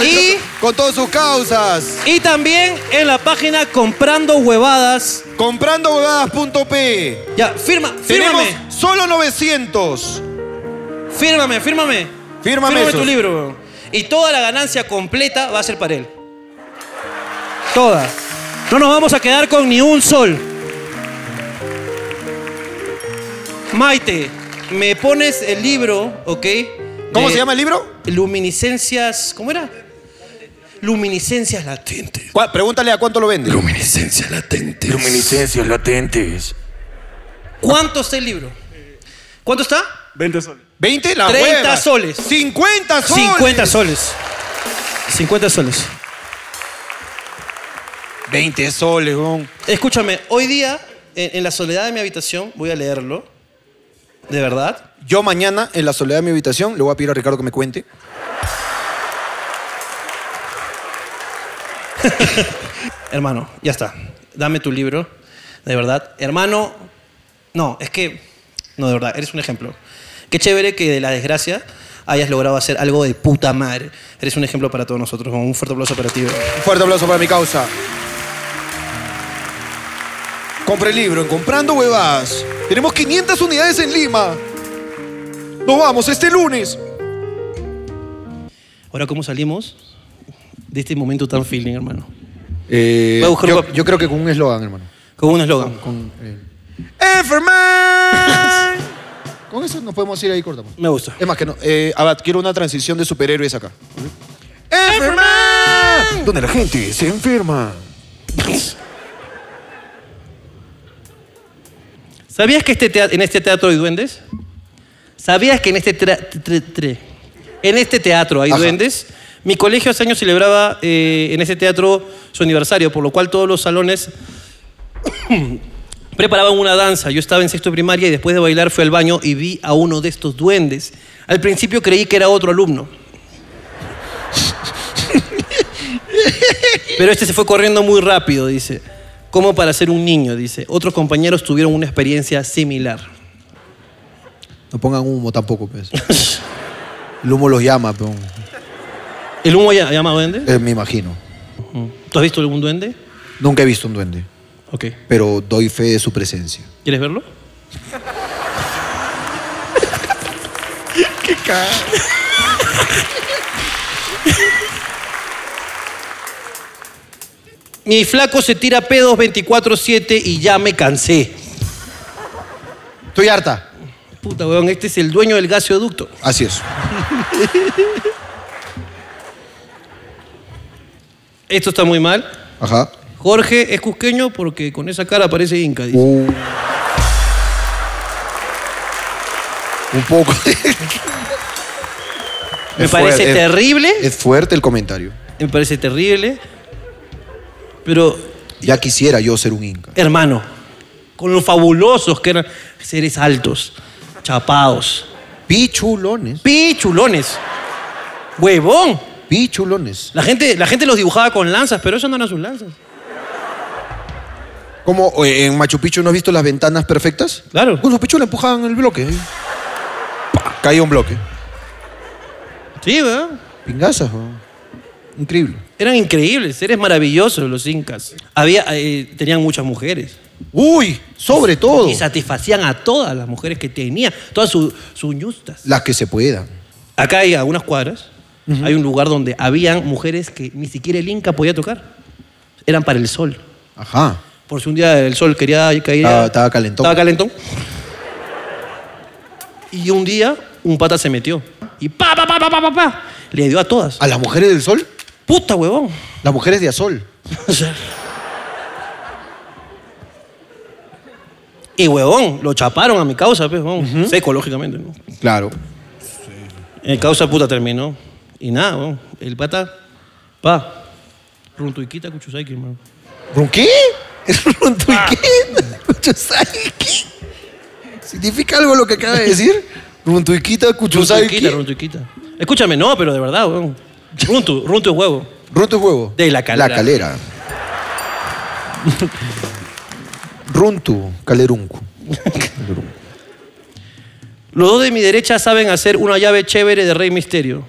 Y- Con todas sus causas. Y también en la página Comprando Huevadas. Comprandobogadas.p. Ya, firma, Tenemos fírmame. solo 900. Fírmame, fírmame. Fírmame tu esos. libro, weón. Y toda la ganancia completa va a ser para él. Toda. No nos vamos a quedar con ni un sol. Maite, me pones el libro, ¿ok? ¿Cómo De- se llama el libro? Luminiscencias. ¿Cómo era? Luminiscencias latentes. Cu- Pregúntale a cuánto lo vende. Luminiscencias latentes. Luminiscencias latentes. ¿Cuánto está el libro? ¿Cuánto está? 20 soles. 20 la 30 hueva. soles. 50 soles. 50 soles. 50 soles. 20 soles, weón. Escúchame, hoy día, en, en la soledad de mi habitación, voy a leerlo. ¿De verdad? Yo mañana, en la soledad de mi habitación, le voy a pedir a Ricardo que me cuente. Hermano, ya está. Dame tu libro. De verdad. Hermano, no, es que. No, de verdad, eres un ejemplo. Qué chévere que de la desgracia hayas logrado hacer algo de puta madre. Eres un ejemplo para todos nosotros. Un fuerte aplauso para ti. bro. Un fuerte aplauso para mi causa. Compre el libro en Comprando Huevadas. Tenemos 500 unidades en Lima. Nos vamos este lunes. Ahora, ¿cómo salimos de este momento tan feeling, hermano? Voy a buscar un yo, pap- yo creo que con un eslogan, hermano. Con un eslogan. ¡Everman! con eso nos podemos ir ahí corta. pues. Me gusta. Es más que no. eh, Abad, quiero una transición de superhéroes acá. ¡Everman! Donde la gente se enferma. ¿Sabías que este tea- en este teatro hay duendes? ¿Sabías que en este, tra- tre- tre- en este teatro hay Ajá. duendes? Mi colegio hace años este celebraba eh, en ese teatro su aniversario, por lo cual todos los salones preparaban una danza. Yo estaba en sexto de primaria y después de bailar fui al baño y vi a uno de estos duendes. Al principio creí que era otro alumno. Pero este se fue corriendo muy rápido, dice. Como para ser un niño, dice. Otros compañeros tuvieron una experiencia similar. No pongan humo tampoco, pues. El humo los llama, peón. ¿El humo ya- llama duende? Eh, me imagino. ¿Tú has visto algún duende? Nunca he visto un duende, Ok. pero doy fe de su presencia. ¿Quieres verlo? Qué cara. Mi flaco se tira pedos 24-7 y ya me cansé. Estoy harta. Puta, weón, este es el dueño del gasoducto. Así es. Esto está muy mal. Ajá. Jorge es cusqueño porque con esa cara parece inca. dice. Uh. Un poco. Me Es parece fuerte, es- terrible. Es fuerte el comentario. Me parece terrible. Pero, Ya quisiera yo ser un inca. hermano, con los fabulosos que eran seres altos, chapados. Pichulones. Pichulones. Huevón. Pichulones. La gente, la gente los dibujaba con lanzas, pero eso no eran sus lanzas. Como eh, en Machu Picchu no has visto las ventanas perfectas. Claro. Con los pichulos empujaban el bloque. ahí. Pa, Caía un bloque. Sí, weón. Pingazas, weón. Increíble. Eran increíbles, seres maravillosos los incas. Había, eh, tenían muchas mujeres. Uy, sobre todo. Y satisfacían a todas las mujeres que tenía, todas sus sus ñustas. Las que se puedan. Acá hay algunas cuadras, hay un lugar donde habían mujeres que ni siquiera el Inca podía tocar. Eran para el sol. Ajá. Por si un día el sol quería caer. Estaba, estaba calentón. Estaba calentón. Y un día un pata se metió. Y pa, pa, pa, pa, pa, pa, pa. Le dio a todas. ¿A las mujeres del sol? Puta, huevón. Las mujeres de azul. O sea. Y huevón, lo chaparon a mi causa, pues, huevón. Seco, lógicamente, ¿no? Claro. El causa puta terminó. Y nada, huevón. El pata, pa. Runtuiquita Kuchusaki, hermano. ¿Runqué? Ah. ¿Runtuiquita? ¿Cuchusaiki? ¿Significa algo lo que acaba de decir? ¿Runtuiquita? Runtuiquita, ¿Cuchusaiki? runtuiquita. Escúchame, no, pero de verdad, huevón. Runtu, runtu es huevo. ¿Runto es huevo? De la calera. La calera. Runtu, caleruncu. Los dos de mi derecha saben hacer una llave chévere de Rey Misterio.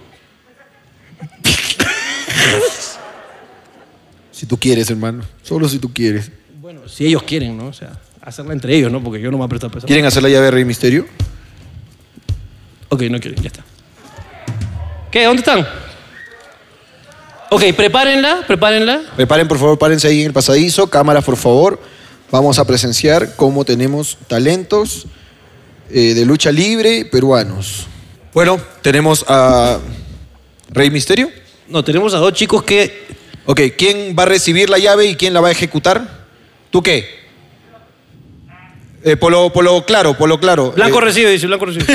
Si tú quieres, hermano. Solo si tú quieres. Bueno, si ellos quieren, ¿no? O sea, hacerla entre ellos, ¿no? Porque yo no me voy a prestar peso. ¿Quieren hacer la llave de Rey Misterio? Ok, no quieren, ya está. ¿Qué? ¿Dónde están? Ok, prepárenla, prepárenla. Preparen, Eh, por favor, párense ahí en el pasadizo. Cámaras, por favor. Vamos a presenciar cómo tenemos talentos eh, de lucha libre peruanos. Bueno, tenemos a Rey Misterio. No, tenemos a dos chicos que. Ok, ¿quién va a recibir la llave y quién la va a ejecutar? ¿Tú qué? Eh, polo, polo claro, polo claro. Blanco Eh, recibe, dice, Blanco recibe.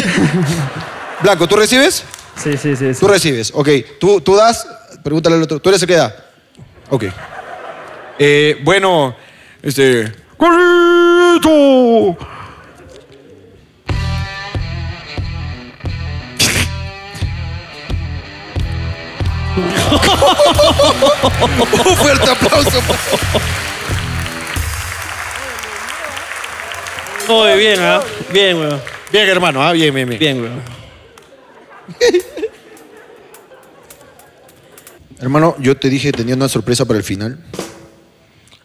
Blanco, ¿tú recibes? Sí, sí, sí. sí. Tú recibes, ok. Tú, tú das, pregúntale al otro. ¿Tú eres el que da? Ok. Eh, bueno, este... ¡Corito! Un fuerte aplauso. Muy bien, ¿ah? Bien, weón. Bien, hermano, ah, bien, bien, bien. Bien, weón. Hermano, yo te dije que tenía una sorpresa para el final.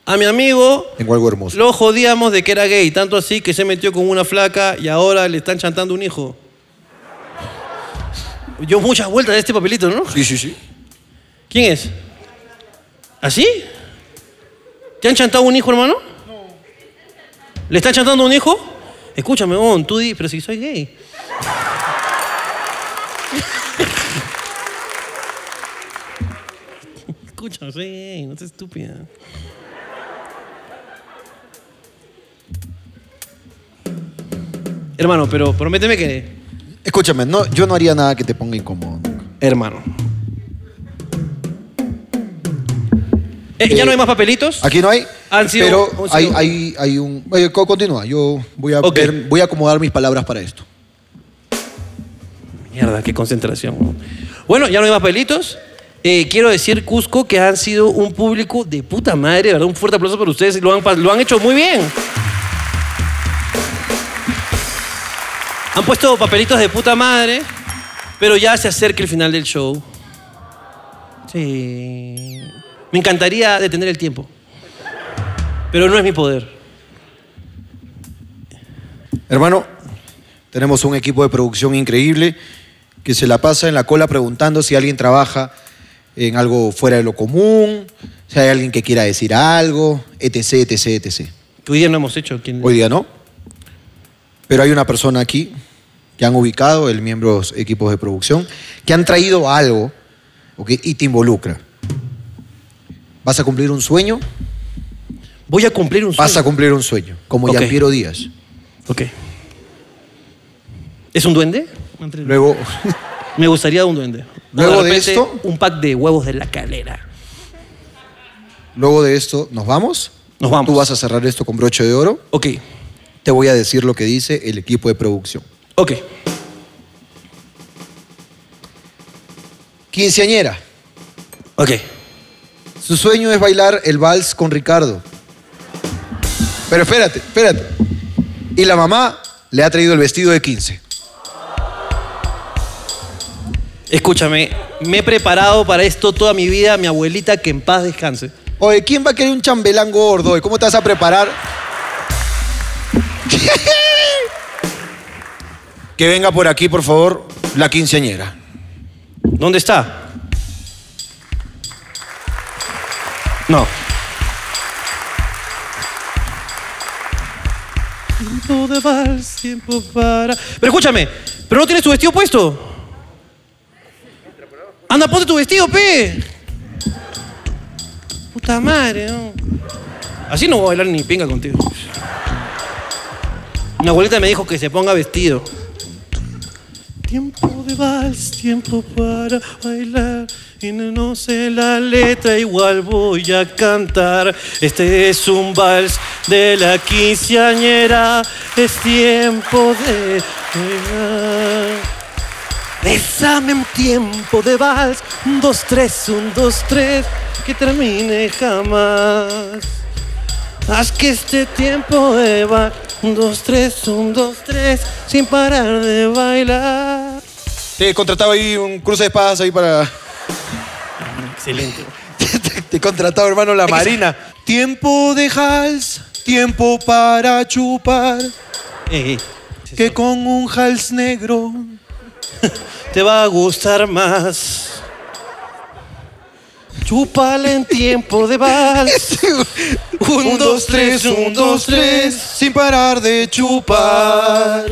A mi amigo Tengo algo hermoso. lo jodíamos de que era gay, tanto así que se metió con una flaca y ahora le están chantando un hijo. Yo muchas vueltas de este papelito, ¿no? Sí, sí, sí. ¿Quién es? ¿Así? ¿Te han chantado un hijo, hermano? No. ¿Le están chantando un hijo? Escúchame, on, tú di, pero si soy gay. Escúchame, soy gay, no seas estúpida. Hermano, pero prométeme que. Escúchame, no, yo no haría nada que te ponga incómodo. Hermano. Eh, ¿Ya Eh, Eh, no hay más papelitos? Aquí no hay. Han sido- Pero han sido- hay, hay, hay un... oye, co- continúa, yo voy a, Ok. ver- voy a acomodar mis palabras para esto. Mierda, qué concentración. weón. Bueno, ya no hay más pelitos. Eh, quiero decir, Cusco, que han sido un público de puta madre, de ¿verdad? Un fuerte aplauso para ustedes. Lo han, pas- lo han hecho muy bien. Han puesto papelitos de puta madre, pero ya se acerca el final del show. Sí. Me encantaría detener el tiempo, pero no es mi poder. Hermano, tenemos un equipo de producción increíble que se la pasa en la cola preguntando si alguien trabaja en algo fuera de lo común, si hay alguien que quiera decir algo, etc, etc, etc. Que Hoy día no hemos hecho. ¿Quién- Hoy día no. Pero hay una persona aquí que han ubicado, el miembros equipos de producción, que han traído algo ¿ok? y te involucra. ¿Vas a cumplir un sueño? Voy a cumplir un Vas a cumplir un sueño, como Ok. Jean Piero Díaz. Ok. ¿Es un duende? Luego, Me gustaría un duende. O Luego de repente, esto- Un pack de huevos de la calera. luego de esto, ¿nos vamos? Nos vamos. Tú vas a cerrar esto con broche de oro. Ok, Te voy a decir lo que dice el equipo de producción. ok. Quinceañera. Ok. Su sueño es bailar el vals con Ricardo. Pero espérate, espérate. Y la mamá le ha traído el vestido de 15. Escúchame, me he preparado para esto toda mi vida. Mi abuelita, que en paz descanse. Oye, ¿quién va a querer un chambelán gordo? oye? ¿Cómo te vas a preparar? que venga por aquí, por favor, la quinceañera. ¿Dónde está? No. Tiempo de vals, tiempo para. Pero escúchame, pero no tienes tu vestido puesto. Anda, ponte tu vestido, pe. Puta madre, no. Así no voy a bailar ni pinga contigo. Mi abuelita me dijo que se ponga vestido. Tiempo de vals, tiempo para bailar. Y no- no sé la letra, igual voy a cantar. Este es un vals de la quinceañera. Es tiempo de bailar. Bésame un tiempo de vals. Un, dos, tres, un, dos, tres. Que termine jamás. Haz que este tiempo de va un, dos, tres, un, dos, tres, sin parar de bailar. Te contrataba ahí un cruce de espadas ahí para... Excelente. Te he contratado, hermano, la Marina. Tiempo de hals, tiempo para chupar, que con un hals negro. te va a gustar más. Chúpale en tiempo de vals. Este Un, dos, tres, un, dos, tres, sin parar de chupar.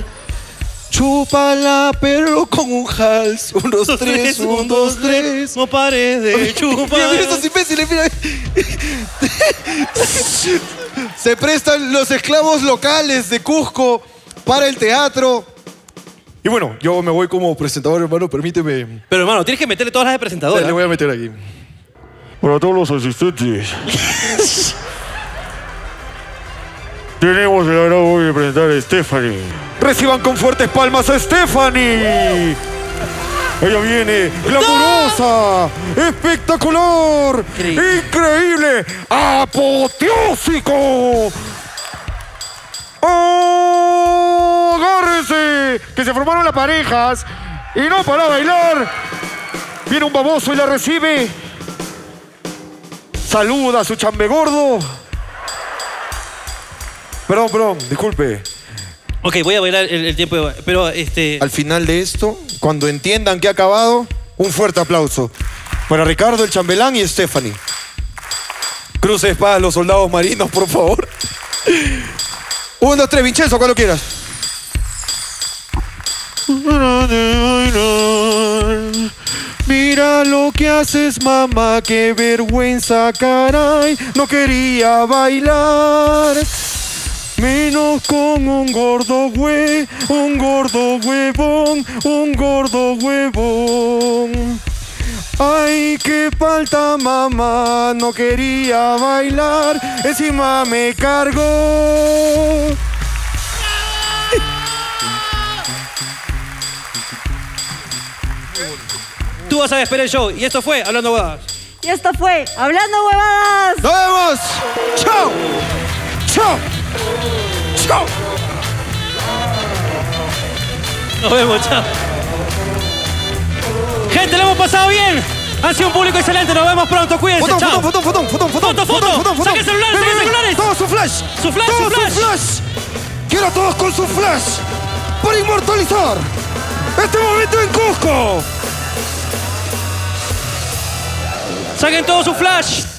Chúpala, pero con un hals. Un, dos, tres, un, dos, tres. No pares de Mira, chupar. mira estos imbéciles, mira. Se prestan los esclavos locales de Cusco para el teatro. Y bueno, yo me voy como presentador, hermano, permíteme. Pero hermano, tienes que meterle todas las de presentador. Le ¿eh? voy a meter aquí. Para todos los asistentes. Tenemos el agrado de presentar a Stephanie. Reciban con fuertes palmas a Stephanie. Ella viene glamurosa, espectacular, Increíble. increíble, apoteósico. ¡Oh, agárrense! Que se formaron las parejas y no para bailar. Viene un baboso y la recibe. Saluda a su chambe gordo. Perdón, perdón, disculpe. Ok, voy a bailar el, el tiempo de vals. Pero este. Al final de esto, cuando entiendan que ha acabado, un fuerte aplauso para Ricardo, el chambelán y Stephanie. Cruce de espadas los soldados marinos, por favor. Un, dos, tres, Vincenzo, cuando quieras. Mira lo que haces, mamá, qué vergüenza, caray. No quería bailar. Menos con un gordo hue, un gordo huevón, un gordo huevón. Ay, qué falta mamá, no quería bailar, encima me cargó. Tú vas a despedir el show. Y esto fue Hablando Guadas. Y esto fue Hablando Huevadas. ¡Nos vemos! ¡Chao! ¡Chao! ¡Chao! Nos vemos, chao. Gente, lo hemos pasado bien. Han sido un público excelente. Nos vemos pronto. Cuídense. Fotón, chao. fotón, fotón, fotón, fotón, Foto, foto. fotón, fotón, fotón. Saquen celulares, Ven, saquen ven, ven. celulares. Todos su flash. Su flash, Todos su flash. Quiero a todos con su flash. Para inmortalizar este momento en Cusco. Saquen todo su flash.